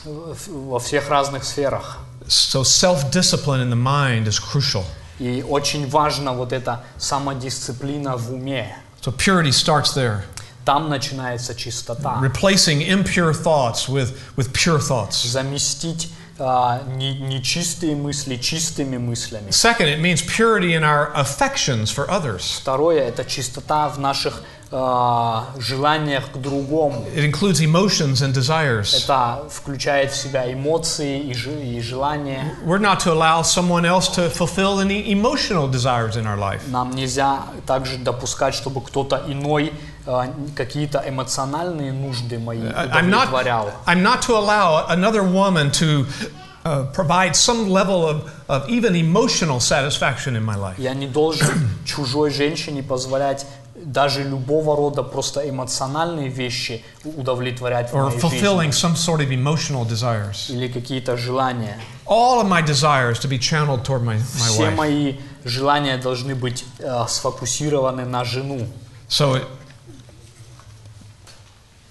э, в- во всех разных сферах. So self discipline in the mind is crucial. И очень важна вот эта самодисциплина в уме. So purity starts there, Там начинается чистота. replacing impure thoughts with, with pure thoughts. Заместить а, не- нечистые мысли чистыми мыслями. Second, it means purity in our affections for others. Второе – это чистота в наших а, желаниях к другому. It includes emotions and desires. Это включает в себя эмоции и, же- и желания. We're not to allow someone else to fulfill any emotional desires in our life. Нам нельзя также допускать, чтобы кто-то иной а, какие-то эмоциональные нужды мои I- Э, I'm not, удовлетворял. I'm not to allow another woman to uh, provide some level of, of even emotional satisfaction in my life. Я не должен чужой женщине позволять даже любого рода просто эмоциональные вещи удовлетворять в Or моей жизни fulfilling some sort of emotional desires. или какие-то желания. All of my desires to be channeled toward my, Все my wife. мои желания должны быть э, сфокусированы на жену. So it,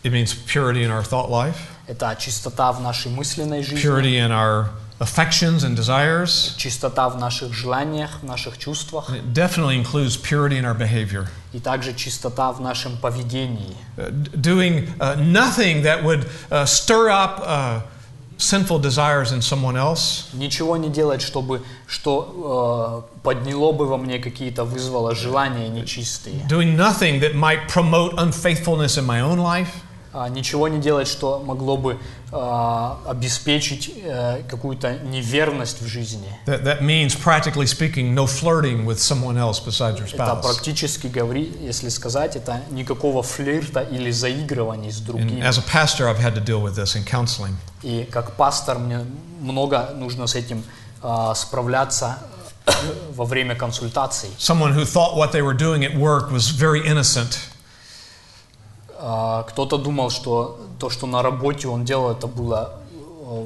it means purity in our thought life, Это чистота в нашей мысленной жизни, purity in our affections and desires. чистота в наших желаниях, в наших чувствах And it definitely includes purity in our behavior. и также чистота в нашем поведении. Uh, d- doing uh, nothing that would uh, stir up uh, sinful desires in someone else, Ничего не делать, чтобы что э, подняло бы во мне какие-то, вызвало желания нечистые. doing nothing that might promote unfaithfulness in my own life, А, ничего не делать, что могло бы э, обеспечить э, какую-то неверность в жизни. that, that means, practically speaking, no flirting with someone else besides your Это spouse. практически говори, если сказать, это никакого флирта или заигрываний с And другими. as a pastor, I've had to deal with this in counseling. И как пастор мне много нужно с этим а, справляться э, во время консультаций. Someone who thought what they were doing at work was very innocent, А, кто-то думал, что то, что на работе он делал, это было э,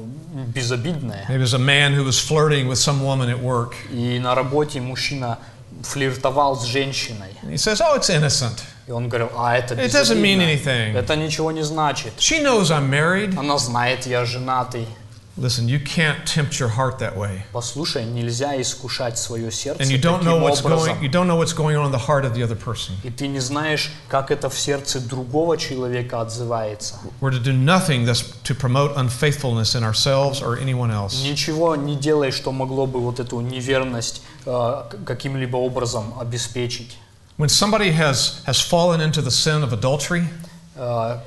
безобидное. Maybe it was a man who was flirting with some woman at work. И на работе мужчина флиртовал с женщиной. And he says, Oh, it's innocent. И он говорил, а это It doesn't mean безобидно. anything. Это ничего не значит. She knows I'm married. Она знает, я женатый. Listen, you can't tempt your heart that way. Послушай, нельзя искушать свое сердце And you don't know таким what's going образом. you don't know what's going on in the heart of the other person. И ты не знаешь, как это в сердце другого человека отзывается. We're to do nothing that's to promote unfaithfulness in ourselves or anyone else. Ничего не делай, что могло бы вот эту неверность э, к- каким-либо образом обеспечить. When somebody has has fallen into the sin of adultery Э,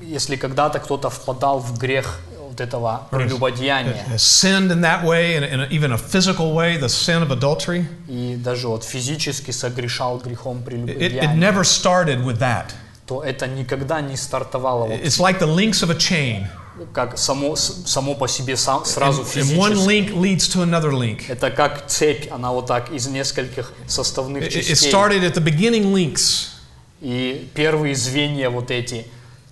Если когда-то кто-то впадал в грех вот этого Right. прелюбодеяния, has sinned in that way and in a, even a physical way, the sin of adultery, и даже вот физически согрешал грехом it, it прелюбодеяния, never started with that. то это никогда не стартовало вот It's like the links of a chain. как само, с- само по себе сам- And, сразу and one физически. link leads to another link. Это как цепь, она вот так из нескольких составных It, Э, it частей. started at the beginning links, И первые звенья вот эти,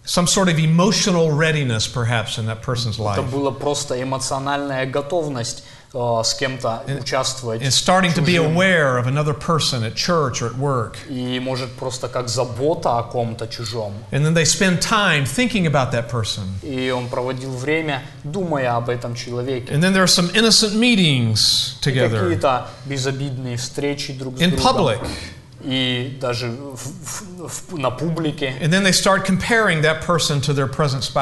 some sort of emotional readiness, perhaps, in that person's это life. была просто эмоциональная готовность э, с кем-то участвовать. And starting to be чужим. aware of another person at church or at work. И может просто как забота о ком-то чужом. And then they spend time thinking about that person. И он проводил время, думая об этом человеке. And then there are some innocent meetings И together Какие-то безобидные встречи друг с in другом. public. И даже в- в- в- на публике. And then they start comparing that person to their present И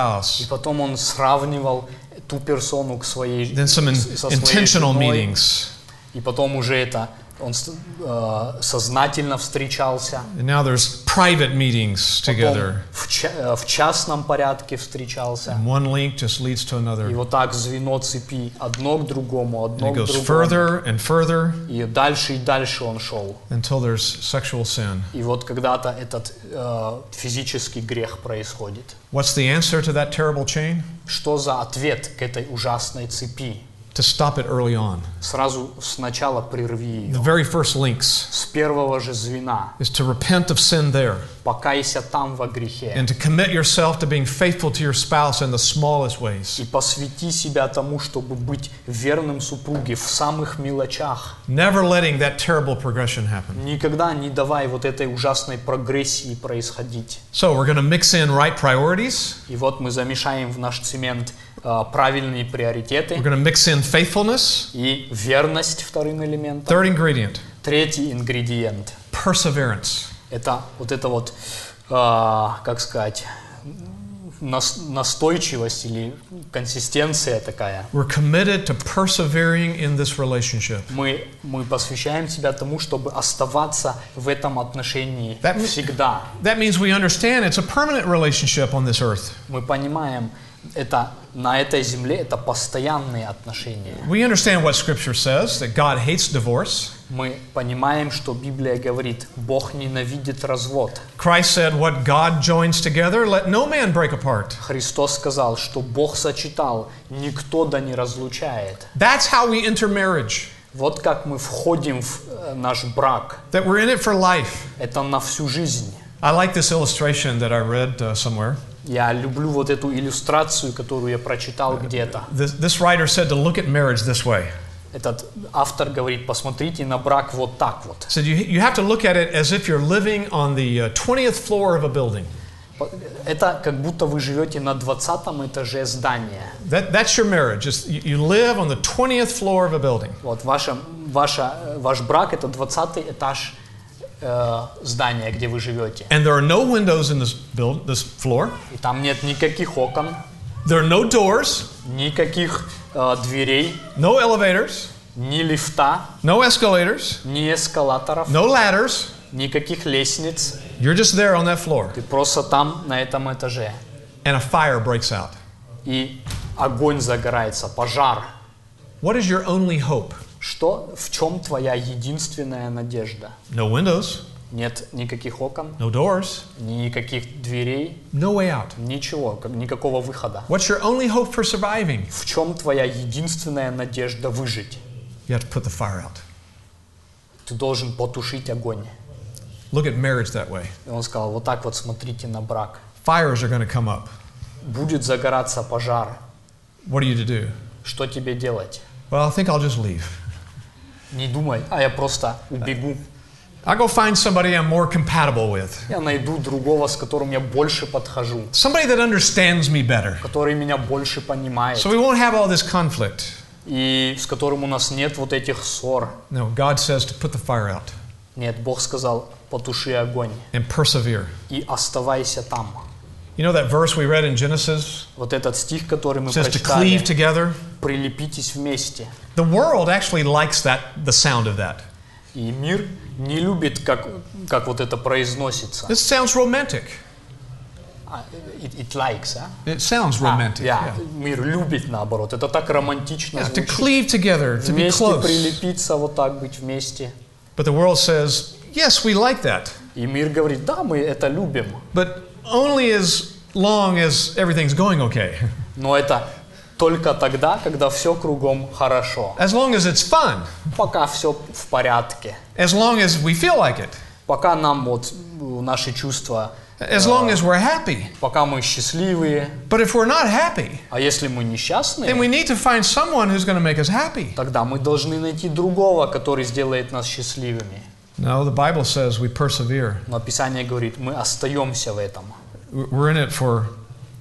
spouse. потом он сравнивал ту персону к своей Then some in- с- со своей intentional женой. meetings. И потом уже это он с- э, сознательно встречался. And now there's private meetings Потом together. в, ча- э, в частном порядке встречался. And one link just leads to И another. вот так звено цепи одно к другому, And одно it к goes другому. further and further И дальше и дальше он шел. until there's sexual sin. И вот когда-то этот э, физический грех происходит. What's the answer to that terrible chain? Что за ответ к этой ужасной цепи? To stop it early on. Сразу сначала прерви ее. The very first links С первого же звена. is to repent of sin there Покайся там во грехе. and to commit yourself to being faithful to your spouse in the smallest ways. И посвяти себя тому, чтобы быть верным супруге в самых мелочах. Never letting that terrible progression happen. Никогда не давай вот этой ужасной прогрессии происходить. So, we're going to mix in right priorities, И вот мы замешаем в наш цемент э, правильные we're приоритеты going to mix in faithfulness. и верность вторым элементом. Third ingredient Третий ингредиент perseverance. – это вот это вот, а, как сказать, нас- настойчивость или консистенция такая. We're committed to persevering in this relationship. Мы, мы посвящаем себя тому, чтобы оставаться в этом отношении That means- всегда. That means we understand it's a permanent relationship on this earth. Мы понимаем, это на этой земле это постоянные отношения. We understand what Scripture says that God hates divorce. Мы понимаем, что Библия говорит, Бог ненавидит развод. Christ said, What God joins together, let no man break apart. Христос сказал, что Бог сочетал, никто да не разлучает. That's how we enter marriage, Вот как мы входим в э, наш брак. that we're in it for life. Это на всю жизнь. I like this illustration that I read uh, somewhere. Я люблю вот эту иллюстрацию, которую я прочитал где-то. This, this writer said to look at marriage this way. Этот автор говорит, посмотрите на брак вот так вот. He said, you, you have to look at it as if you're living on the uh, 20th floor of a building. По- Это как будто вы живете на 20 этаже здания. That, that's your marriage. It's, you, you live on the 20th floor of a building. Вот ваша, ваша, э, ваш брак это 20 этаж э, здания, где вы живете. And there are no windows in this, build, this floor. И там нет никаких окон, There are no doors, Никаких э, дверей, no elevators, ни лифта, no escalators, ни эскалаторов, no ladders. никаких лестниц. You're just there on that floor. Ты просто там, на этом этаже. And a fire breaks out. И огонь загорается, пожар. What is your only hope? Что, в чем твоя единственная надежда? No windows, Нет никаких окон, no doors, никаких дверей, no way out. ничего, как- никакого выхода. What's your only hope for surviving? В чем твоя единственная надежда выжить? You have to put the fire out. Ты должен потушить огонь. Look at marriage that way. И он сказал, вот так вот смотрите на брак. Fires are going to come up. Будет загораться пожар. What are you to do? Что тебе делать? Well, I think I'll just leave. Не думай, а я просто убегу. I'll go find somebody I'm more compatible with, Я найду другого, с которым я больше подхожу, somebody that understands me better. который меня больше понимает, So we won't have all this conflict. и с которым у нас нет вот этих ссор. No, God says to put the fire out Нет, Бог сказал, потуши огонь and persevere. и оставайся там. You know that verse we read in Genesis Вот этот стих, который мы says to cleave прочитали, together? прилепитесь вместе. The world actually likes that the sound of that. И мир не любит, как, как вот это произносится. This sounds romantic. А, It, it likes, а? It sounds А, romantic. Ah, yeah, yeah. Мир любит наоборот. Это так романтично Yeah, to звучит. cleave together, to be Вместе close. прилепиться, вот так быть вместе. But the world says, yes, we like that, И мир говорит, да, мы это любим, but only as long as everything's going okay, но это только тогда, когда все кругом хорошо. as long as it's fun, Пока все в порядке. as long as we feel like it, Пока нам вот э, наши чувства, as long as we're happy. пока мы счастливые. But if we're not happy, А если мы then we несчастные, need to find someone who's going to make us happy. тогда мы должны найти другого, который сделает нас счастливыми. No, the Bible says we persevere. Но Писание говорит, мы остаемся в этом. We're in it for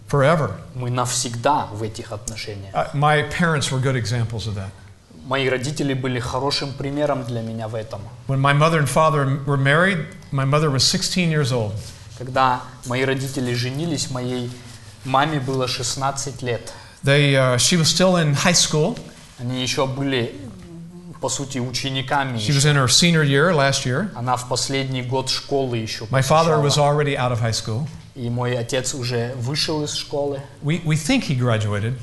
forever. Мы навсегда в этих отношениях. Uh, my parents were good examples of that. Мои родители были хорошим примером для меня в этом. When my mother and father m- were married, my mother was 16 years old. Когда мои родители женились, моей маме было 16 лет. They, uh, she was still in high school. Они еще были, по сути, учениками. She was in her senior year last year. Она в последний год школы еще My father посещала. was already out of high school. И мой отец уже вышел из школы. We, we think he graduated.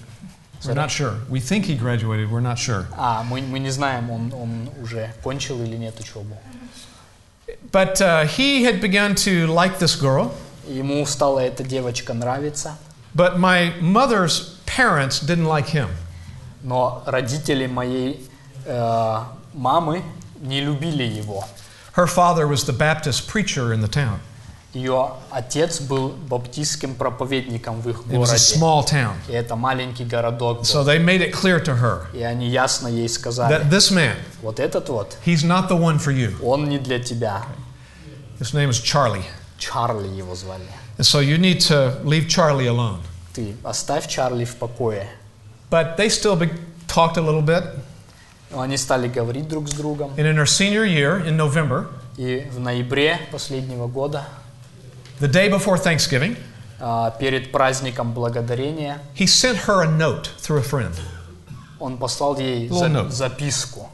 We're not sure. We think he graduated. We're not sure. А, мы, мы не знаем, он, он уже кончил или нет учебу. But uh, he had begun to like this girl. Ему стала эта девочка нравиться, But my mother's parents didn't like him. но родители моей э, мамы не любили его. Her father was the Baptist preacher in the town. Ее отец был баптистским проповедником в их It was a городе. small town. И это маленький городок был. So they made it clear to her И они ясно ей сказали, that this man, вот этот вот, he's not the one for you. он не для тебя. His name is Charlie. Чарли его звали. And so you need to leave Charlie alone. Ты оставь Чарли в покое. But they still be- talked a little bit. Но Ну, Они стали говорить друг с другом. And in her senior year, in November, И в ноябре последнего года, the day before Thanksgiving, а, перед праздником благодарения, he sent her a note through a friend. он послал ей Little за- note. записку.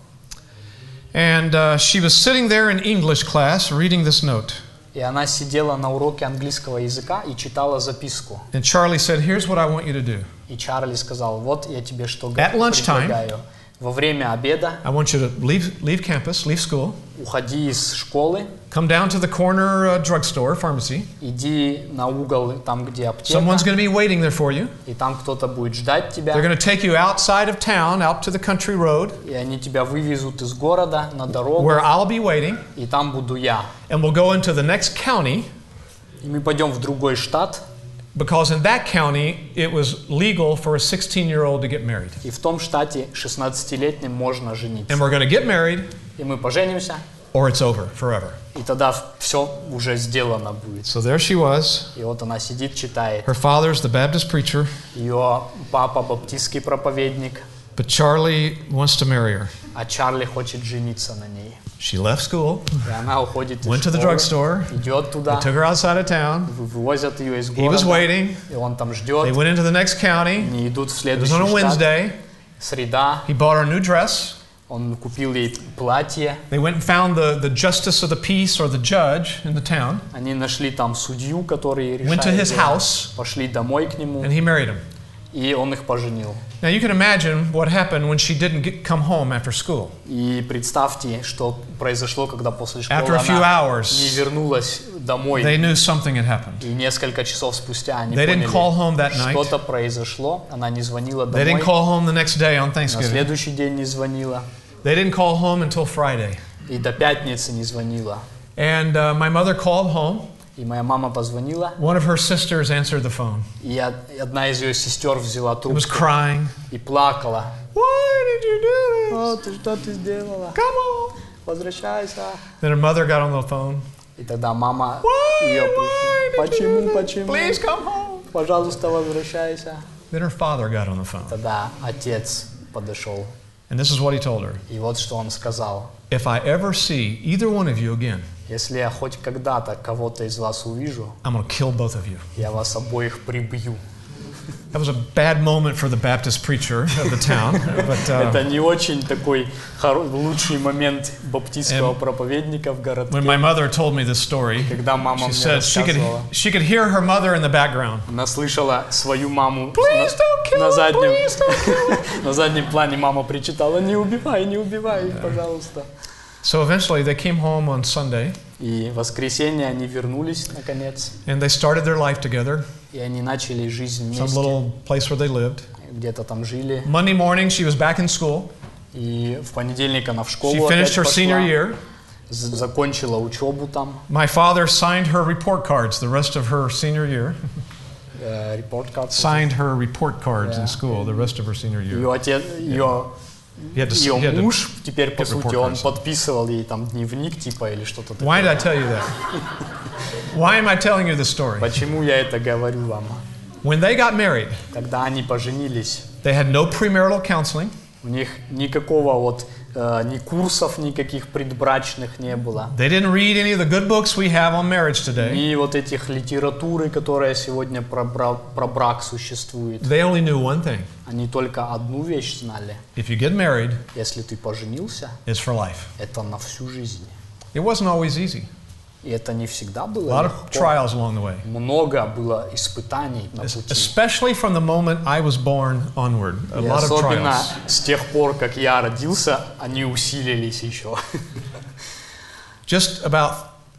And uh, she was sitting there in English class reading this note. И она сидела на уроке английского языка и читала записку. And Charlie said, Here's what I want you to do И Чарли сказал, вот я тебе что г- At lunchtime. предлагаю. Во время обеда I want you to leave, leave campus, leave school, уходи из школы, come down to the corner uh, drugstore, pharmacy. иди на угол, там, где аптека, Someone's going to be waiting there for you. и там кто-то будет ждать тебя, They're going to take you outside of town, out to the country road, и они тебя вывезут из города на дорогу, where I'll be waiting, и там буду я. and we'll go into the next county И мы пойдем в другой штат, because in that county it was legal for a 16 year old to get married. и в том штате 16-летним можно жениться. And we're going to get married, И мы поженимся, or it's over forever. и тогда все уже сделано будет. So there she was. И вот она сидит, читает. Her father's the Baptist preacher. Ее папа баптистский проповедник, But Charlie wants to marry her. а Чарли хочет жениться на ней. She left school, И она уходит Went из to the школы, drugstore. идет туда, took her outside of town. вывозят ее из He was города, waiting. и он там They ждет, went into the next county. они идут в It was on следующий a штат. Wednesday. Среда, He bought her a new dress. он купил ей платье, They went and found the, the justice of the peace or the judge in the town, они нашли там судью, который went to решает his дело. house, пошли домой к нему, and he married him. и он их поженил. Now you can imagine what happened when she didn't get, come home after school. И представьте, что произошло, когда после школы After a few она не hours, вернулась домой. they knew something had happened. И несколько часов спустя они They didn't call home that поняли, night. что-то произошло. Она не звонила They didn't домой, call home the next day on на Thanksgiving. следующий день не звонила, They didn't call home until Friday. и до пятницы не звонила. And uh, my mother called home. И моя мама позвонила, One of her sisters answered the phone. и од- и одна из ее сестер взяла It was трубку crying. и плакала. Why did you do this? «О, ты что ты сделала? Come on. Возвращайся!» Then her mother got on the phone. И тогда мама ее... Why? Why did you do «Почему, this? почему? Please come home. Пожалуйста, возвращайся!» Then her father got on the phone. Тогда отец подошел, And this is what he told her и вот что он сказал. If I ever see either one of you again, «Если я хоть когда-то кого-то из вас увижу, I'm going to kill both of you. я вас обоих прибью». That was a bad moment for the Baptist preacher of the town. but uh, Это не очень такой хоро- лучший момент баптистского проповедника в городке, when my mother told me this story, когда she мама мне said she could, рассказывала. she could hear her mother in the background. Она слышала свою маму Please don't kill на, на him, заднем, please don't kill him. на заднем плане. Мама причитала, не убивай, не убивай их, пожалуйста. So eventually they came home on Sunday И в воскресенье они вернулись, наконец, and they started their life together, и они начали жизнь some вместе, little place where they lived. где-то там жили. Monday morning, she was back in school. И в понедельник она в She школу опять finished her senior пошла, year. з- закончила учебу там, My father signed her report cards the rest of her senior year. э, репорт карт. Signed her report cards Yeah. in school the rest of her senior year. Ее отец, ее He had to, he Ее had to- муж, теперь, по get report сути, он cards. подписывал ей там дневник, типа, или что-то такое. Why did I tell you that? Why am I telling you this story? Почему я это говорю вам? When they got married, Когда они поженились, they had no premarital counseling. у них никакого вот э, ни курсов никаких предбрачных не было. They didn't read any of the good books we have on marriage today. Ни вот этих литературы, которая сегодня про, бра- про брак существует. They only knew one thing Они только одну вещь знали. if you get married, Если ты поженился, it's for life. это на всю жизнь. It wasn't always easy. И это не всегда A lot было of легко. trials along the way, Много было испытаний на пути. especially from the moment I was born onward. A И lot of особенно trials. с тех пор, как я родился, они усилились еще. Just about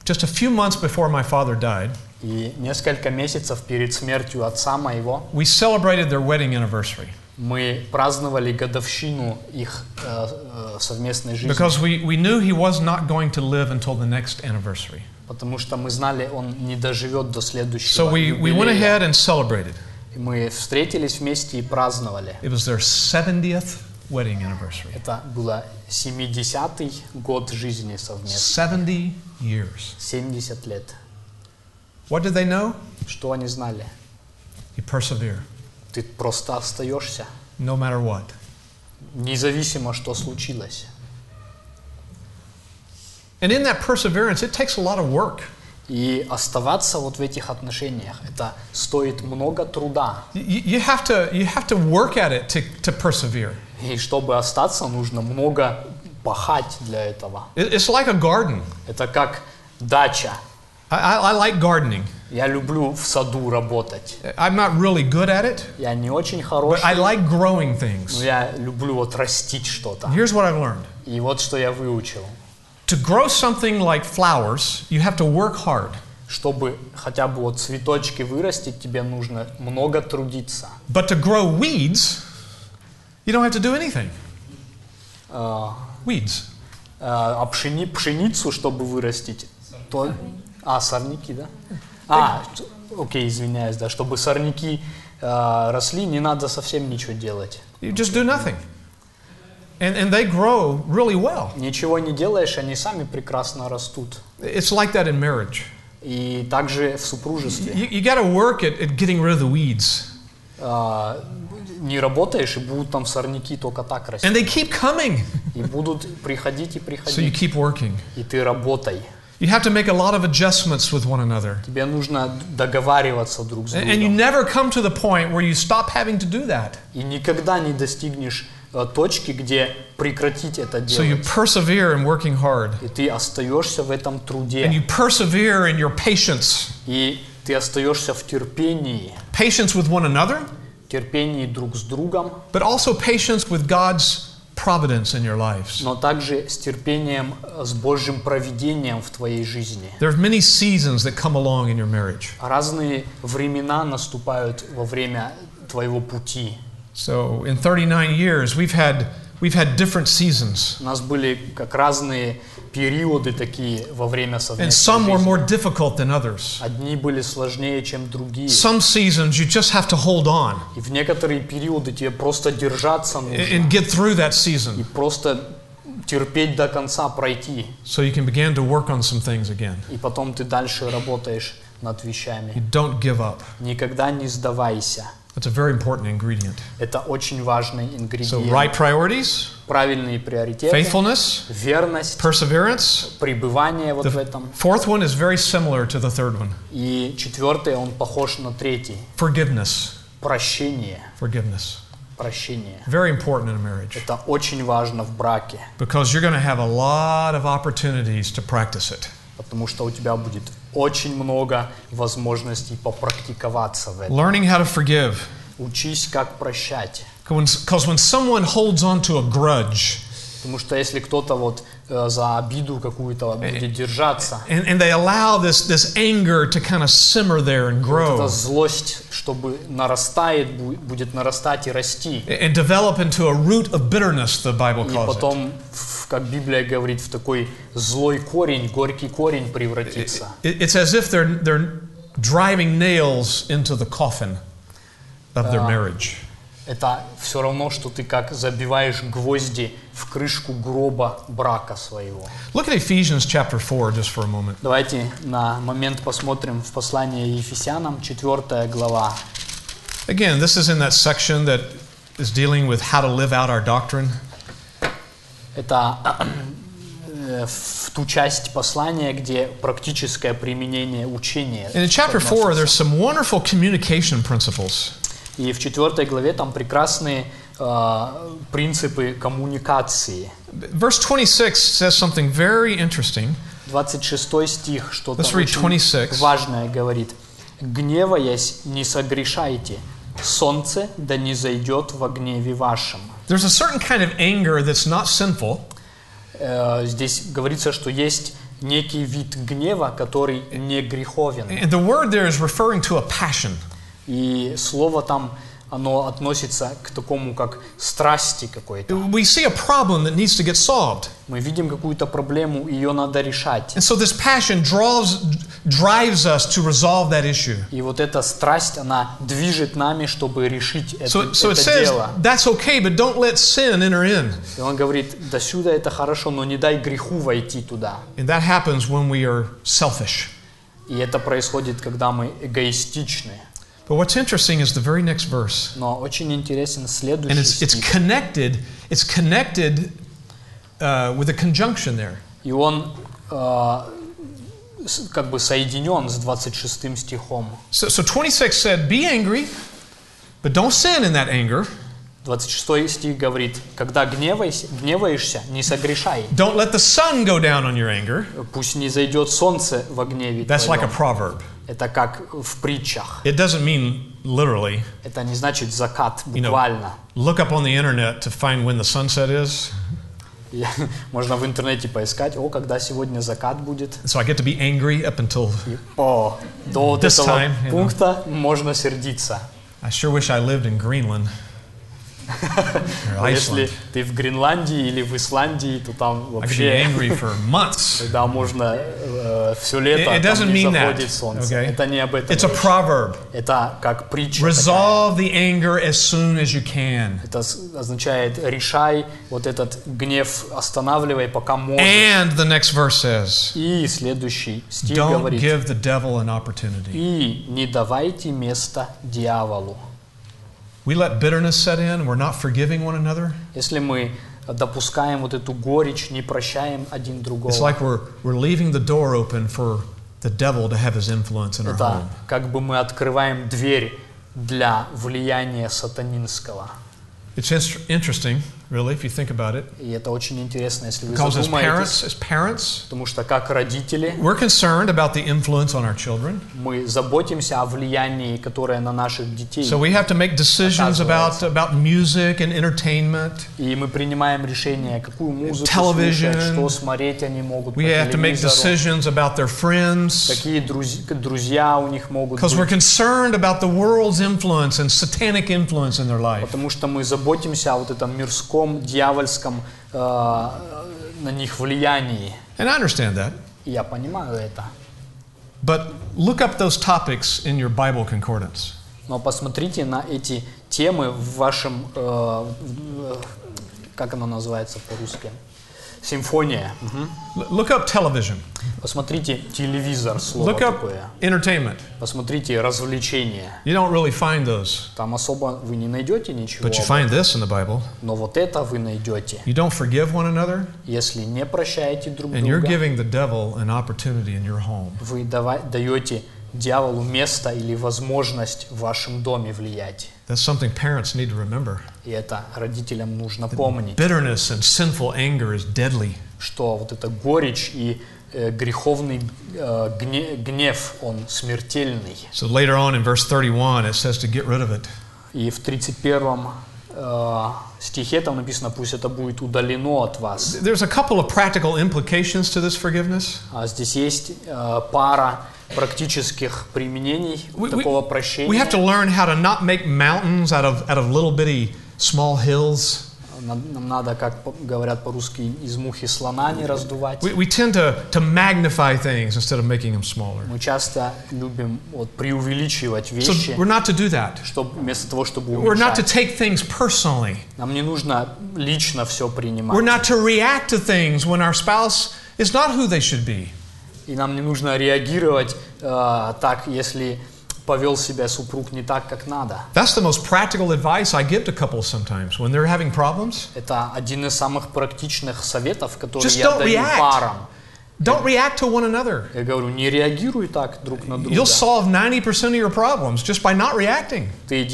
just a few months before my father died, И несколько месяцев перед смертью отца моего we celebrated their wedding anniversary мы праздновали годовщину их э, э, совместной жизни, because we, we knew he was not going to live until the next anniversary. потому что мы знали, он не доживет до следующего а- So we, we went юбилея. ahead and celebrated. И Мы встретились вместе и праздновали. It was their 70th wedding anniversary. Это было 70-й год жизни совместно. 70 years. 70 лет. What did they know? Что они знали? You persevere Ты просто остаешься, no matter what. независимо, что случилось. And in that perseverance, it takes a lot of work. И оставаться вот в этих отношениях, это стоит много труда. You, you, have, to, you have to work at it to, to persevere. И чтобы остаться, нужно много пахать для этого. It, it's like a garden. Это как дача. I, I, I like gardening. Я люблю в саду работать. I'm not really good at it, Я не очень but I хороший, like growing но things. я люблю вот растить что-то. Here's what I've learned И вот что я выучил. to grow something like flowers, you have to work hard. Чтобы хотя бы вот цветочки вырастить, тебе нужно много трудиться. But to grow weeds, you don't have to do anything. Э, Weeds. э, А пшени, пшеницу, чтобы вырастить, то... А, сорняки, да? А, т- окей, извиняюсь, да. Чтобы сорняки э, росли, не надо совсем ничего делать. You just do nothing. And, and they grow really well. Ничего не делаешь, они сами прекрасно растут. It's like that in marriage. И также в супружестве. You, you got to work at, at getting rid of the weeds. А, не работаешь, и будут там сорняки только так расти. And they keep coming. И будут приходить и So you приходить. keep working. И ты работай. You have to make a lot of adjustments with one another. Тебе нужно договариваться друг с And, and you другом. never come to the point where you stop having to do that. И никогда не достигнешь э, точки, где прекратить это So you делать. persevere in working hard. И ты остаешься в этом And you труде. persevere in your patience. И ты остаешься в терпении. Patience with one another, Терпении друг с другом, but also patience with God's providence in your lives. но также с терпением, э, с Божьим провидением в твоей жизни. There are many seasons that come along in your marriage. Разные времена наступают во время твоего пути. So in 39 years, we've had, we've had different seasons. У нас были как разные периоды такие во время And совместной some were жизни. more difficult than others. Одни были сложнее, чем другие. Some seasons you just have to hold on И в некоторые периоды тебе просто держаться a- нужно. and get through that И season просто терпеть до конца, пройти. so you can begin to work on some things again. И потом ты дальше работаешь над вещами. You don't give up. Никогда не сдавайся. That's a very important ingredient. Это очень важный So, ингредиент. right priorities, Правильные приоритеты, faithfulness, верность, perseverance. пребывание вот в The этом. fourth one is very similar to the third one И четвертое, он похож на третий. forgiveness. Прощение. Forgiveness. Прощение. Very important in a marriage Это очень важно в браке, because you're going to have a lot of opportunities to practice it. потому что у тебя будет очень много возможностей попрактиковаться в этом. Learning how to forgive. Учись, как прощать. Because when someone holds on to a grudge, Потому что если кто-то вот э, за обиду какую-то будет держаться, And, and they allow this, this anger to kind of simmer there and вот эта grow злость, чтобы нарастает, бу- будет нарастать и расти. and develop into a root of bitterness, the Bible И calls it. потом, в- как Библия говорит, в такой злой корень, горький корень превратится. It- It's as if they're, they're driving nails into the coffin of their marriage. Это все равно, что ты как забиваешь гвозди в крышку гроба брака своего. Look at Ephesians chapter 4 just for a moment. Давайте на момент посмотрим в послание Ефесянам, 4 глава. Again, this is in that section that is dealing with how to live out our doctrine. Это э, в ту часть послания, где практическое применение учения. And in chapter 4, подносится. there's some wonderful communication principles. И в 4 главе там прекрасные э, принципы коммуникации. Verse 26 says something very interesting. 26 стих, что-то Let's read 26. важное говорит. «Гневаясь, не согрешайте, солнце да не зайдет во гневе вашем». There's a certain kind of anger that's not sinful. Э, здесь говорится, что есть некий вид гнева, который не греховен. And the word there is referring to a passion. И слово там, оно относится к такому, как страсти какой-то. We see a problem that needs to get solved. Мы видим какую-то проблему, ее надо решать. And so this passion draws, drives us to resolve that issue. И вот эта страсть, она движет нами, чтобы решить это, So, so it это says дело. that's okay, but don't let sin enter in. И он говорит, до сюда это хорошо, но не дай греху войти туда. And that happens when we are selfish. И это происходит, когда мы эгоистичны. But what's interesting is the very next verse. Но очень интересен следующий And it's, it's стих. connected, it's connected uh, with a conjunction there. И он э, с- как бы соединен с 26 стихом. So, so 26 said, Be angry, but don't sin in that anger. 26 стих говорит, когда гневайся, гневаешься, не согрешай. Don't let the sun go down on your anger. Пусть не зайдет солнце во гневе That's like a твоем». proverb. Это как в притчах. It doesn't mean literally. Это не значит закат, know. буквально. Look up on the internet to find when the sunset is. Я- Можно в интернете поискать, о, когда сегодня закат будет. So I get to be angry up until. И, О, до вот This этого time, you know. пункта можно сердиться. I sure wish I lived in Greenland or А если Iceland. А ты в Гренландии или в Исландии, то там I could be вообще angry for months. тогда можно все лето It, it там doesn't не mean that. заходит солнце. Okay? Это не об этом. It's a речь. proverb. Это как притча. такая. Resolve the anger as soon as you can, Это с- означает решай вот этот гнев, останавливай, пока можешь. and the next verse says, И следующий стих "Don't говорит. give the devil an opportunity." И не давайте место дьяволу. we let bitterness set in, we're not forgiving one another, Если мы допускаем вот эту горечь, не прощаем один it's другого, like we're, we're leaving the door open for the devil to have his influence in our это home. как бы мы открываем дверь для влияния сатанинского. It's inst- interesting, really, if you think about it. И это очень интересно, если вы Because as задумаетесь. parents, as parents, Потому что как родители we're concerned about the influence on our children. мы заботимся о влиянии, которое на наших детей. So we have to make decisions about, about music and entertainment. И мы принимаем решение, какую музыку Television. слушать, что смотреть они могут по We have to make телевизору, decisions about their friends. какие друз- друзья у них могут Because we're быть. concerned about the world's influence and satanic influence in their life. Потому что мы заботимся о вот этом мирском, дьявольском э, на них влиянии. And I understand that. И Я понимаю это. But look up those topics in your Bible concordance. Но посмотрите на эти темы в вашем, э, в- в- как она называется по-русски, симфония. Мгм. L- look up television. Посмотрите телевизор, слово Look up такое. entertainment. Посмотрите развлечения. You don't really find those, Там особо вы не найдете ничего, but you find this in the Bible. но вот это вы найдете, You don't forgive one another, если не прощаете друг and you're друга. giving the devil an opportunity in your home. Вы дава- даете дьяволу место или возможность в вашем доме влиять. That's something parents need to remember. И это родителям нужно помнить, Bitterness and sinful anger is deadly. что вот эта горечь и э, греховный э, гне- гнев, он смертельный. So later on in verse 31, it says to get rid of it. И в 31 э, стихе там написано, пусть это будет удалено от вас. There's a couple of practical implications to this forgiveness. А здесь есть э, пара практических применений We- we- такого прощения. We have to learn how to not make mountains out of, out of little bitty small hills. На- Нам надо, как по- говорят по-русски, из мухи слона не раздувать. We, we tend to, to magnify things instead of making them smaller. Мы часто любим вот, преувеличивать So вещи, we're not to do that. чтоб- вместо того, чтобы We're not to уменьшать. take things personally. Нам не нужно лично все We're принимать. not to react to things when our spouse is not who they should be. И нам не нужно реагировать э, так, если повел себя супруг не так, как надо. That's the most practical advice I give to couples sometimes when they're having problems. Это один из самых практичных советов, которые Just я don't даю react. парам. Don't react to one another. Я говорю, не реагируй так друг на друга. You'll solve 90% of your problems just by not reacting. Ты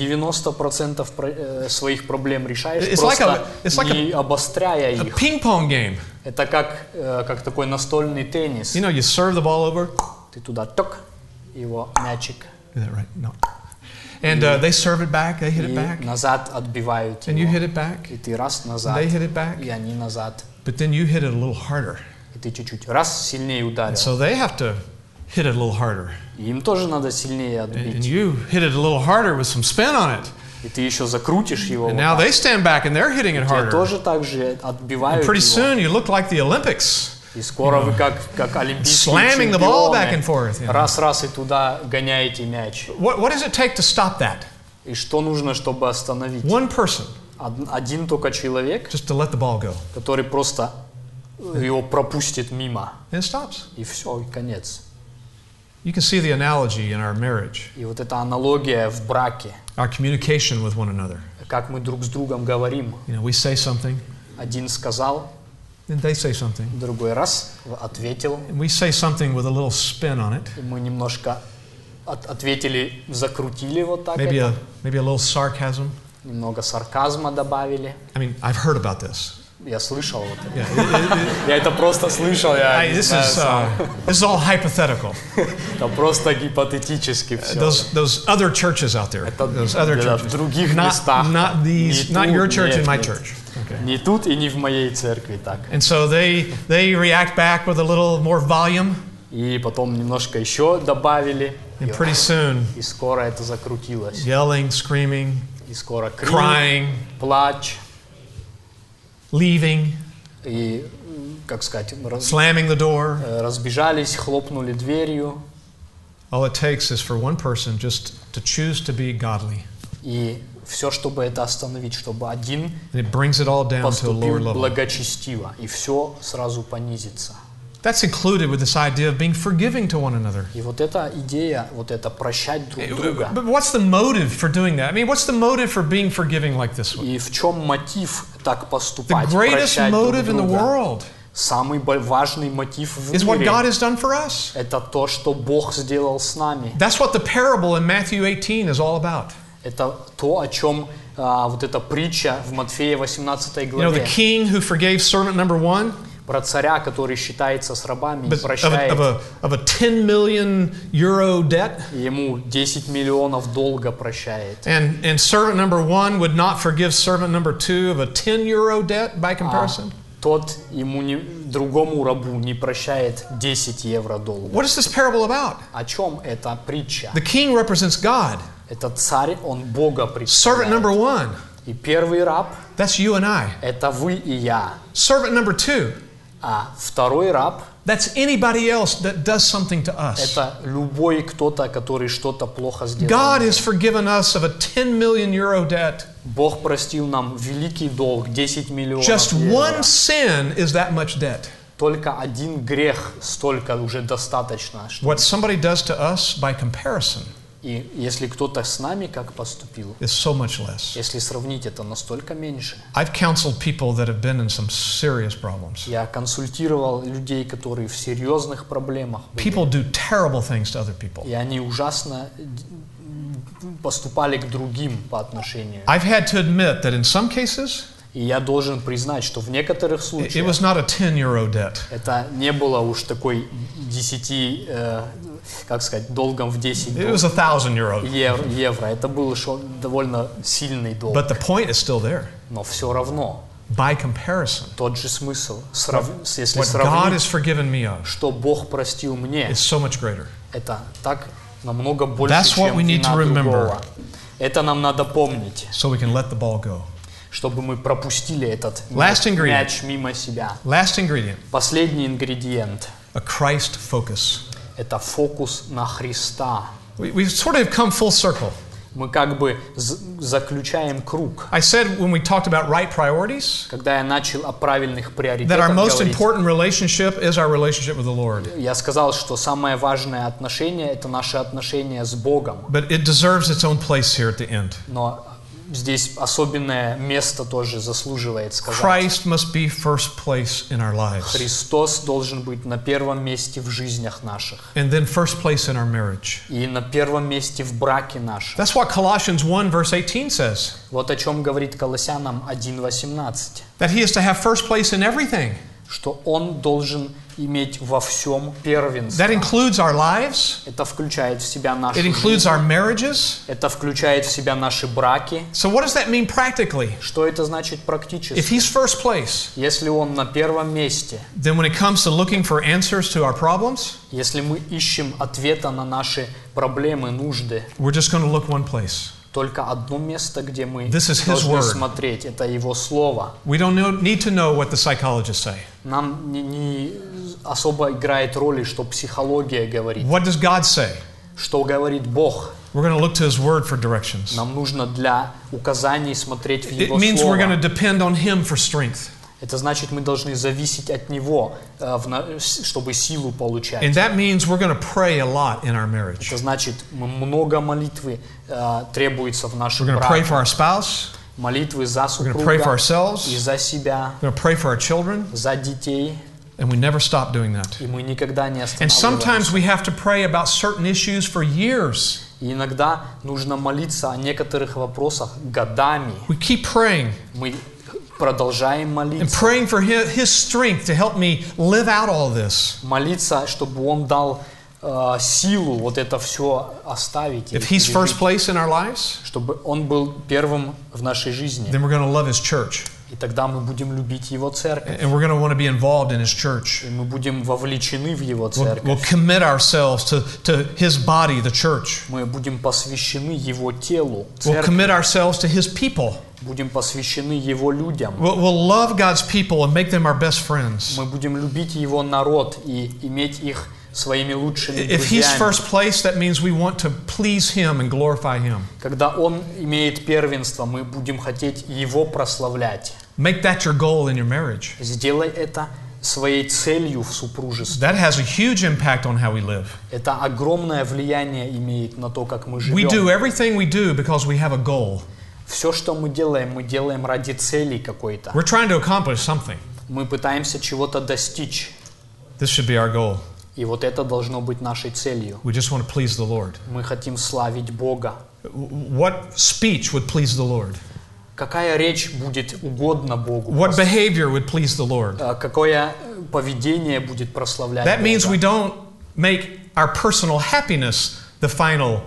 90% про- э, своих проблем решаешь, It's like просто a- it's like a- не обостряя A их. ping pong game. Это как, э, как такой настольный теннис. You know, you serve the ball over. Ты туда ток, его мячик, Do that right. No. And uh, they serve it back, they hit и it back, назад отбивают and you его. hit it back, И ты раз назад, they hit it back, и они назад. but then you hit it a little harder. И ты чуть-чуть раз сильнее ударил. So they have to hit it a little harder. И им тоже надо сильнее And, отбить. and you hit it a little harder with some spin on it. И ты еще закрутишь его. And вот now так. they stand back and they're hitting it Тебя harder. тоже так же отбивают And pretty его. soon you look like the Olympics. И скоро вы как, как олимпийские Slamming the ball back and forth, you know. чемпионы. Раз-раз и туда гоняете мяч. What, what does it take to stop that? И что нужно, чтобы остановить? One person Од- Один только человек, just to let the ball go. который просто э, его пропустит мимо. And it stops. И все, и конец. You can see the analogy in our marriage, И вот эта аналогия в браке, our communication with one another. как мы друг с другом говорим. You know, we say something, Один сказал, then they say something. другой раз в- ответил. And we say something with a little spin on it, И мы немножко от- ответили, закрутили вот так maybe это. a, maybe a little sarcasm. Немного сарказма добавили. I mean, I've heard about this. Я слышал вот это. Yeah, it- it- it- Я это просто слышал, я I- не this, знаю is, сам. uh, this is all hypothetical. Это просто гипотетически все. Those, those other churches out there, Это those other для churches. других Not, местах. not, these, Не not тут, your church нет, and my нет. church. Okay. Не тут и не в моей церкви так. And so they, they react back with a little more volume, И потом немножко еще добавили. and И- pretty soon, И скоро это закрутилось. yelling, screaming, И скоро крик, crying, плач leaving, и, м, как сказать, раз- slamming the door. э, разбежались, хлопнули дверью. All it takes is for one person just to choose to be godly, И все, чтобы это остановить, чтобы один and it brings it all down to a lower поступил level. благочестиво. И все сразу понизится. That's included with this idea of being forgiving to one another. И вот эта идея, вот это прощать друг друга. But what's the motive for doing that? I mean, what's the motive for being forgiving like this one? И в чем мотив так The поступать, greatest прощать друг motive in the друга? world Самый бо- важный мотив в is what мире God has done for us. это то, что Бог сделал с нами. That's what the parable in Matthew 18 is all about. Это то, о чем а, вот эта притча в Матфея 18 You know, the главе king who forgave servant number one про царя, который считается с рабами и but of, a, прощает of, a, of a 10 million euro debt. и ему 10 миллионов долга прощает. And, and servant number one would not forgive servant number two of a 10 euro debt by А comparison. тот ему не- другому рабу не прощает 10 евро долга. What is this parable about? О чем эта притча? The king represents God. Это царь, он Бога Servant представляет. number one, И первый раб that's you and I. – это вы и я. Servant number two, А второй раб that's anybody else that does something to – us. это любой кто-то, который что-то плохо God сделал. has forgiven us of a 10 million euro debt. Бог простил нам великий долг – 10 миллионов Just евро. one sin is that much debt. Только один грех столько уже достаточно. что- What somebody does to us by comparison И если кто-то с нами как поступил, is so much less. если сравнить это настолько меньше. I've counseled people that have been in some serious problems. Я консультировал людей, которые в серьезных проблемах были. People do terrible things to other people. И они ужасно д- поступали к другим по отношению. I've had to admit that in some cases, И я должен признать, что в некоторых it it случаях was not a 10 euro debt. это не было уж такой 10, э, как сказать, долгом в 10 It дол- was a thousand euro. евро, евро. Это был шо- довольно сильный долг. But the point is still there. Но все равно By comparison, тот же смысл. Срав- с- Если what God сравнить, has forgiven me of что Бог простил мне, is so much greater. это так намного больше, That's what чем we need вина to remember. другого. Это нам надо помнить, So we can let the ball go. чтобы мы пропустили этот Last мяч- ingredient. мяч мимо себя. Last ingredient Последний ингредиент a Christ focus. – это focus на Христа. We, we've sort of come full circle. Мы как бы з- заключаем круг. I said when we talked about right priorities Когда я начал о правильных that our приоритетах most говорить, important relationship is our relationship with the Lord, я сказал, что самое важное отношение – это наше отношение с Богом. but it deserves its own place here at the end. Но здесь особенное место тоже заслуживает сказать. Christ must be first place in our lives, Христос должен быть на первом месте в жизнях наших and then first place in our marriage. и на первом месте в браке нашем. That's what Colossians 1, verse 18 says Вот о чем говорит Колоссянам 1.18, that he is to have first place in everything. что Он должен иметь во всем That первенство. includes our lives, Это включает в себя наши it includes our marriages. это включает в себя наши браки. So, what does that mean practically? Что это значит практически? If he's first place, Если Он на первом месте, then when it comes to looking for answers to our problems, если мы ищем ответа на наши проблемы, нужды, we're just going to look one place. только одно место, где мы This is his должны word. смотреть, это Его Слово. We don't know, need to know what the psychologists say. Нам не, не особо играет роли, что психология говорит, What does God say? что говорит Бог. We're going to look to his word for directions. Нам нужно для указаний смотреть в It Его means we're Слово. going to depend on him for strength. Это значит, мы должны зависеть от Него, э, в на- с- чтобы силу получать. And that means we're going to pray a lot in our marriage. Это значит, м- много молитвы э, требуется в We're нашем going to pray браке. for our spouse, Молитвы за we're going to pray for супруга и ourselves, за себя, we're going to pray for our children, за детей. and we never stop doing that. И мы никогда не And останавливаемся. sometimes we have to pray about certain issues for years. И иногда нужно молиться о некоторых вопросах годами. We keep praying Мы продолжаем and молиться. praying for his, his strength to help me live out all this. Молиться, чтобы Он дал э, силу вот это все оставить. и If he's пережить. first place in our lives, Чтобы Он был первым в нашей жизни. then we're going to love his church. И тогда мы будем любить Его церковь. And we're going to want to be involved in his church. И мы будем вовлечены в Его We'll, церковь. we'll commit ourselves to, to his body, the church. Мы будем посвящены Его телу, We'll церкви, commit ourselves to his people. будем посвящены Его людям. We'll, we'll love God's people and make them our best friends. Мы будем любить Его народ и иметь их своими лучшими If he's друзьями. first place, that means we want to please him and glorify him. Когда Он имеет первенство, мы будем хотеть Его прославлять. Make that your goal in your marriage. Сделай это своей целью в супружестве. That has a huge impact on how we live. Это огромное влияние имеет на то, как мы We do живем. everything we do because we have a goal. Все, что мы делаем, мы делаем ради цели какой-то. We're trying to accomplish something. Мы пытаемся чего-то достичь. This should be our goal. И вот это должно быть нашей целью. We just want to please the Lord. Мы хотим славить Бога. W- What speech would please the Lord? Какая речь будет угодна Богу? What behavior would please the Lord? А Какое э, поведение будет прославлять That means Бога? we don't make our personal happiness the final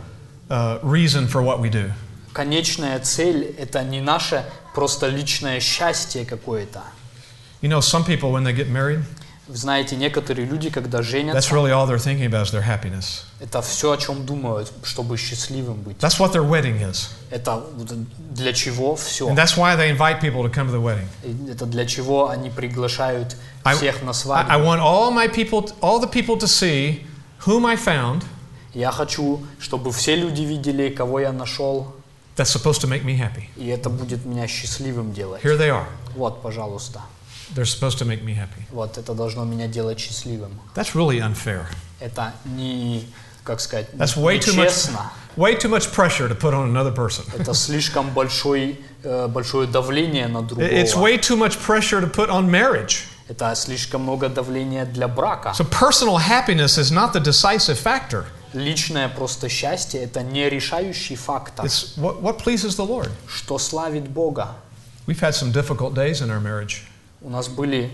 uh, reason for what we do. Конечная цель — это не наше просто личное счастье какое-то. You know, some people, when they get married, Вы знаете, некоторые люди, когда женятся, that's really all they're thinking about is their happiness. это все, о чем думают, чтобы счастливым быть. That's what their wedding is. Это вот для чего все. And that's why they invite people to come to the wedding. Это для чего они приглашают I- всех на свадьбу. I, I want all my people, all the people to see whom I found Я хочу, чтобы все люди видели, кого я нашел, that's supposed to make me happy. и это будет меня счастливым делать. Here they are. Вот, пожалуйста. They're supposed to make me happy. Вот, это должно меня делать счастливым. That's really unfair. Это не, как сказать, That's way too much, нечестно. way too much pressure to put on another person. Это слишком большой, э, большое давление на другого. It's way too much pressure to put on marriage. Это слишком много давления для брака. So personal happiness is not the decisive factor. Личное просто счастье – это не решающий фактор, It's what, what pleases the Lord. что славит Бога. We've had some difficult days in our marriage. У нас были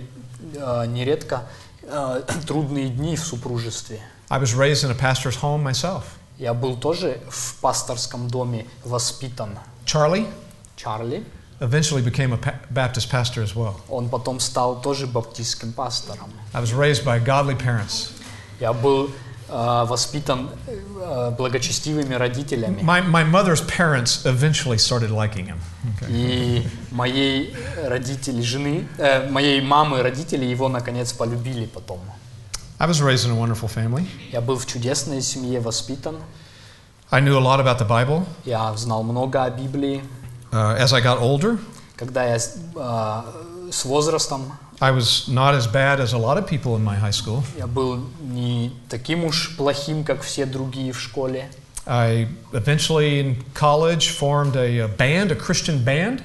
э, нередко э, трудные дни в супружестве. I was raised in a pastor's home myself. Я был тоже в пасторском доме воспитан. Charlie Чарли, eventually became a pa- Baptist pastor as well. он потом стал тоже баптистским пастором. I was raised by godly parents. Я был э, воспитан э, благочестивыми родителями. My, my mother's parents eventually started liking him. И моей родители, жены, э, моей мамы родители его наконец полюбили потом. I was raised in a wonderful family. Я был в чудесной семье воспитан. I knew a lot about the Bible. Я знал много о Библии. Uh, as I got older, Когда я с- э, с возрастом, I was not as bad as a lot of people in my high school. я был не таким уж плохим, как все другие в школе. I eventually, in college, formed a, a band, a Christian band.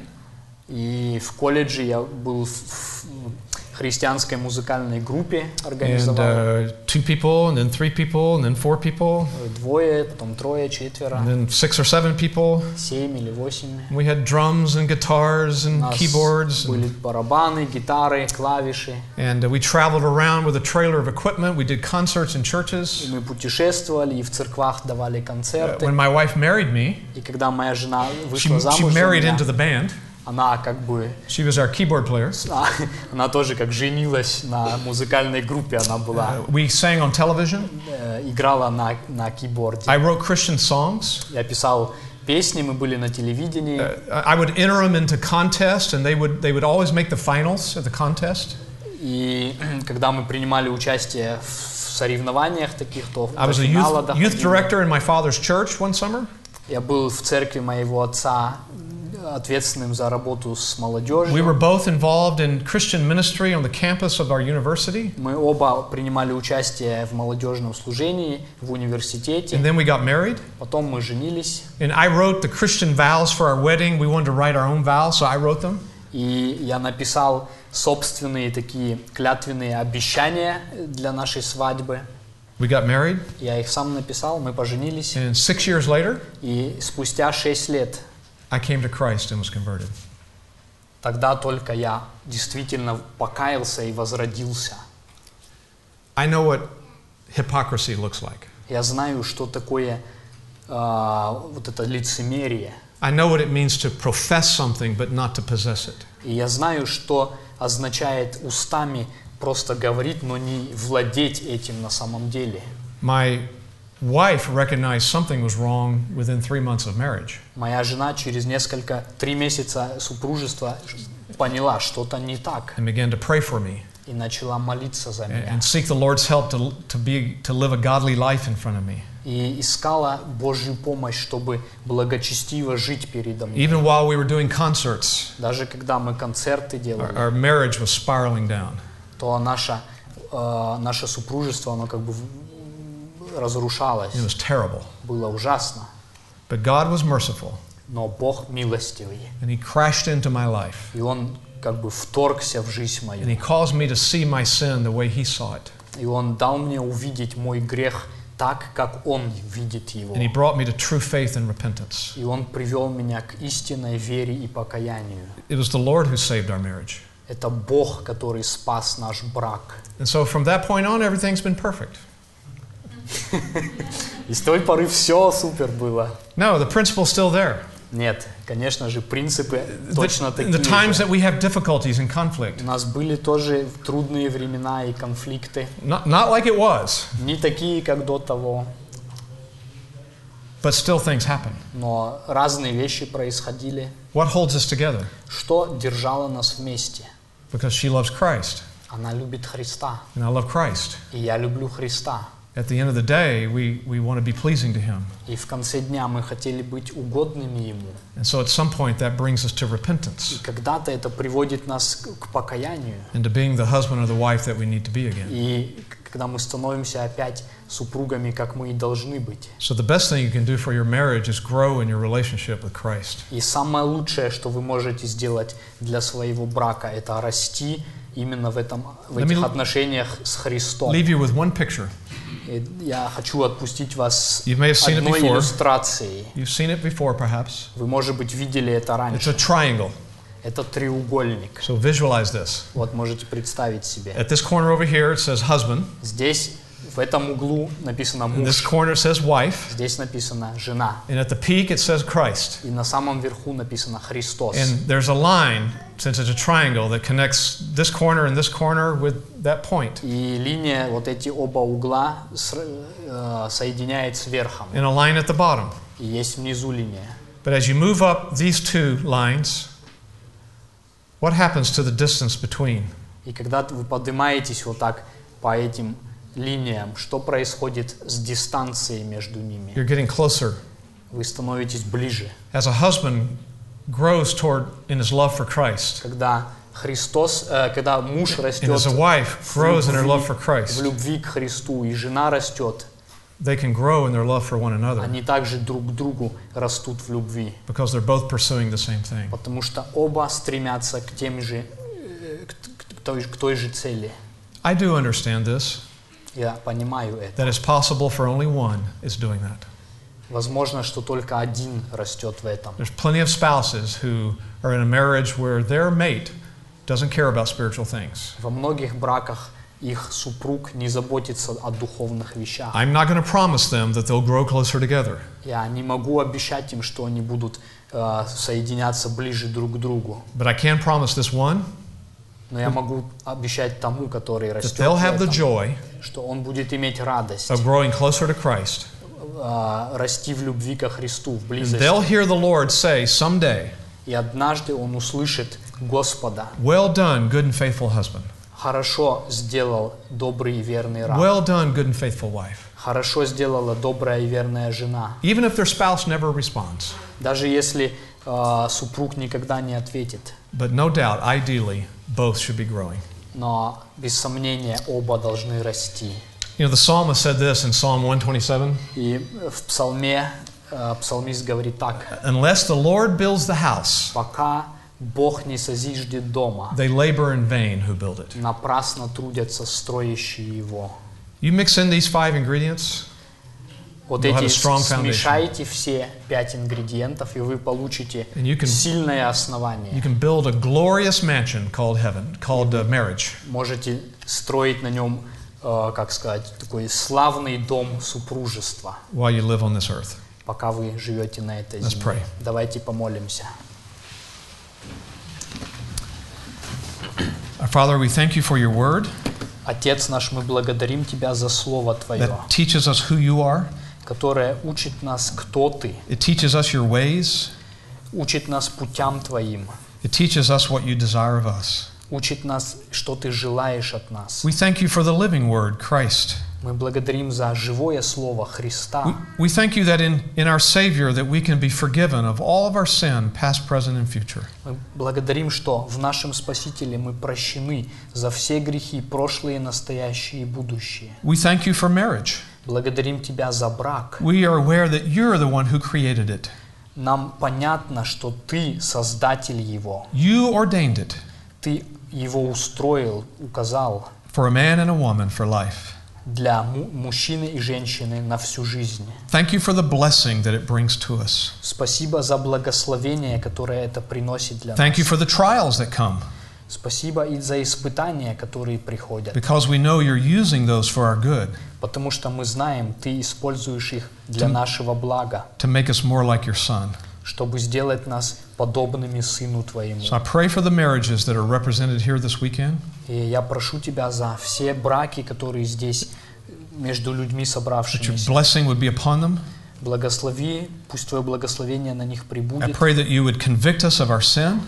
И в колледже я был в- в христианской музыкальной группе, And организовал uh, two people, and then three people, and then four people, двое, потом трое, четверо. and then six or seven people. семь или восемь. And we had drums and guitars У and нас keyboards. And, были барабаны, гитары, клавиши. and, uh, we traveled around with a trailer of equipment. We did concerts in И churches. мы путешествовали, и в церквах давали Uh, концерты. when my wife married me, И когда моя жена She, вышла she замуж, за married меня, into the band. она как бы She was our keyboard player. а, она тоже как женилась на музыкальной группе, она была Uh, we sang on television. э, играла на на киборде. I wrote Christian songs. Я писал песни, мы были на телевидении. Uh, I would enter them into contests, and they would they would always make the finals at the contest. И когда мы принимали участие в соревнованиях таких, то I до was a финала youth, youth доходили. director in my father's church one summer. Я был в церкви моего отца ответственным за работу с молодежью. We were both involved in Christian ministry on the campus of our university, Мы оба принимали участие в молодежном служении в and университете. then we got married. Потом мы женились. And I wrote the Christian vows for our wedding. We wanted to write our own vows, so I wrote them. И я написал собственные такие клятвенные обещания для нашей свадьбы. We got married, Я их сам написал, мы поженились. and six years later, И спустя шесть лет I came to Christ and was converted. тогда только я действительно покаялся и возродился. I know what hypocrisy looks like. Я знаю, что такое а, вот это лицемерие. I know what it means to profess something but not to possess it. И я знаю, что означает устами просто говорить, но не владеть этим на самом деле. My wife recognized something was wrong within three months of marriage. Моя жена через несколько, три месяца супружества ш- поняла, что-то не так, and began to pray for me и начала молиться за and, меня. and seek the Lord's help to, to, be, to live a godly life in front of me. И искала Божью помощь, чтобы благочестиво жить передо мной. Even while we were doing concerts, Даже когда мы концерты our, делали, our marriage was spiraling down. то наше, э, наше супружество, оно как бы в- разрушалось, It was terrible. было ужасно. But God was merciful, Но Бог милостивый, and He crashed into my life, и Он как бы вторгся в жизнь and мою, He caused me to see my sin the way He saw it, и Он дал мне увидеть мой грех так, как Он видит его. and He brought me to true faith and repentance. И Он привел меня к истинной вере и покаянию. It was the Lord who saved our marriage. Это Бог, который спас наш брак. And so from that point on, everything's been perfect. И с той поры все супер было. No, the principle's still there. Нет, конечно же, принципы The, точно the такие же. times that we have difficulties and У conflict, нас были тоже трудные времена и конфликты. not, not like it was, Не такие, как до того, but still things happen. но разные вещи происходили. What holds us together? Что держало нас вместе? Because she loves Christ, Она любит Христа, and I love Christ. и я люблю Христа. At the end of the day, we, we want to be pleasing to Him. И в конце дня мы хотели быть угодными Ему. And so at some point, that brings us to И repentance когда-то это приводит нас к к покаянию. and to being the husband or the wife that we need to be again. И к- когда мы становимся опять супругами, как мы и должны быть. So, the best thing you can do for your marriage is grow in your relationship with Christ. И самое лучшее, что вы можете сделать для своего брака, это расти именно в, этом, в Let me этих l- отношениях с Христом. Leave you with one picture. И я хочу отпустить вас с You may have seen it одной before. иллюстрацией. You've seen it before, perhaps. Вы, может быть, видели это It's раньше. a triangle. Это треугольник. So, visualize this. Вот можете представить себе. At this corner over here, it says husband. Здесь, в этом углу написано In this муж, corner, it says wife. здесь написано жена. And at the peak, it says Christ. И на самом верху написано Христос. And there's a line, since it's a triangle, that connects this corner and this corner with that point. И линия, вот эти оба угла ср- э, соединяет с верхом. and a line at the bottom. И есть внизу линия. But as you move up these two lines, what happens to the distance between? И когда вы поднимаетесь вот так по этим линиям, что происходит с дистанцией между ними? You're getting closer. Вы становитесь ближе. As a husband grows toward in his love for Christ, Когда Христос, э, когда муж and растет as a wife grows in her love for в Christ, любви к Христу, и жена растет, they can grow in their love for one another они также друг к другу растут в любви, because they're both pursuing the same thing. потому что оба стремятся к тем же, э, к т- к той, же- к той же цели. I do understand this, Я понимаю это. that it's possible for only one is doing that. Возможно, что только один растет в этом. There's plenty of spouses who are in a marriage where their mate doesn't care about spiritual things. Во многих браках их супруг не заботится о духовных вещах. I'm not going to promise them that they'll grow closer together. Я не могу обещать им, что они будут э, соединяться ближе друг к другу. But I can promise this one Но я могу обещать тому, который that растет, they'll have в the этом, joy что он будет иметь радость, of growing closer to Christ. э, расти в любви ко Христу, А в And близости. they'll hear the Lord say someday, И однажды он услышит Господа. Well done, good and faithful husband. Хорошо сделал добрый и верный раб. Well done, good and faithful wife. Хорошо сделала добрая и верная жена. Even if their spouse never responds. Даже если э, супруг никогда не ответит. But no doubt, ideally, both should be growing. Но без сомнения оба должны расти. You know, the psalmist said this in Psalm 127 И в псалме э, псалмист говорит так. Unless the Lord builds the house, «Пока Бог не созиждет дома, they labor in vain who build it. напрасно трудятся строящие его». You mix in these five ingredients, Вот You'll have эти a strong foundation. смешайте все пять ингредиентов, и вы получите And you can- сильное you основание. can build a glorious mansion called heaven, called uh, marriage. Можете строить на нем, э, как сказать, такой славный дом супружества, while you live on this earth. пока вы живете на этой Let's земле. pray. Давайте помолимся. Our Father, we thank you for your word Отец наш, мы благодарим Тебя за Слово Твое, that teaches us who you are, которое учит нас, кто Ты, it teaches us your ways, учит нас путям Твоим, it teaches us what you desire of us. учит нас, что Ты желаешь от нас. We thank you for the living word, Christ, Мы благодарим за живое слово Христа. We thank you that in, in our Savior that we can be forgiven of all of our sin, past, present, and future. Мы благодарим, что в нашем Спасителе мы прощены за все грехи, прошлые, настоящие и будущие. We thank you for marriage. Благодарим Тебя за брак. We are aware that you're the one who created it. Нам понятно, что Ты создатель его. You ordained it Ты его устроил, указал for a man and a woman for life. для му- мужчины и женщины на всю жизнь. Thank you for the blessing that it brings to us. Спасибо за благословение, которое это приносит для Thank you нас. for the trials that come Спасибо и за испытания, которые приходят, because we know you're using those for our good потому что мы знаем, Ты используешь их для нашего блага, to make us more like your son. чтобы сделать нас подобными Сыну Твоему. So I pray for the marriages that are represented here this weekend. И я прошу Тебя за все браки, которые здесь между людьми That your собравшимися. blessing would be upon them. Благослови, пусть Твое благословение на них I прибудет. pray that you would convict us of our sin,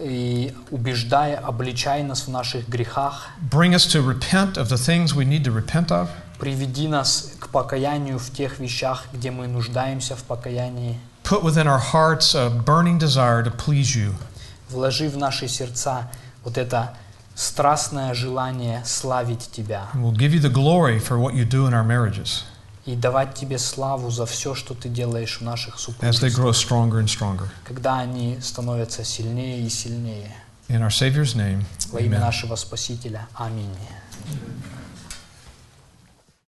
И убеждай, обличай нас в наших грехах, bring us to repent of the things we need to repent of, приведи нас к покаянию в тех вещах, где мы нуждаемся в покаянии. put within our hearts a burning desire to please you. Вложи в наши сердца вот это страстное желание славить Тебя And we'll give you the glory for what you do in our marriages и давать Тебе славу за все, что Ты делаешь в наших as they супружествах, grow stronger and stronger. когда они становятся sильнее и сильнее. In our Savior's name, Во имя amen. нашего Спасителя. Аминь.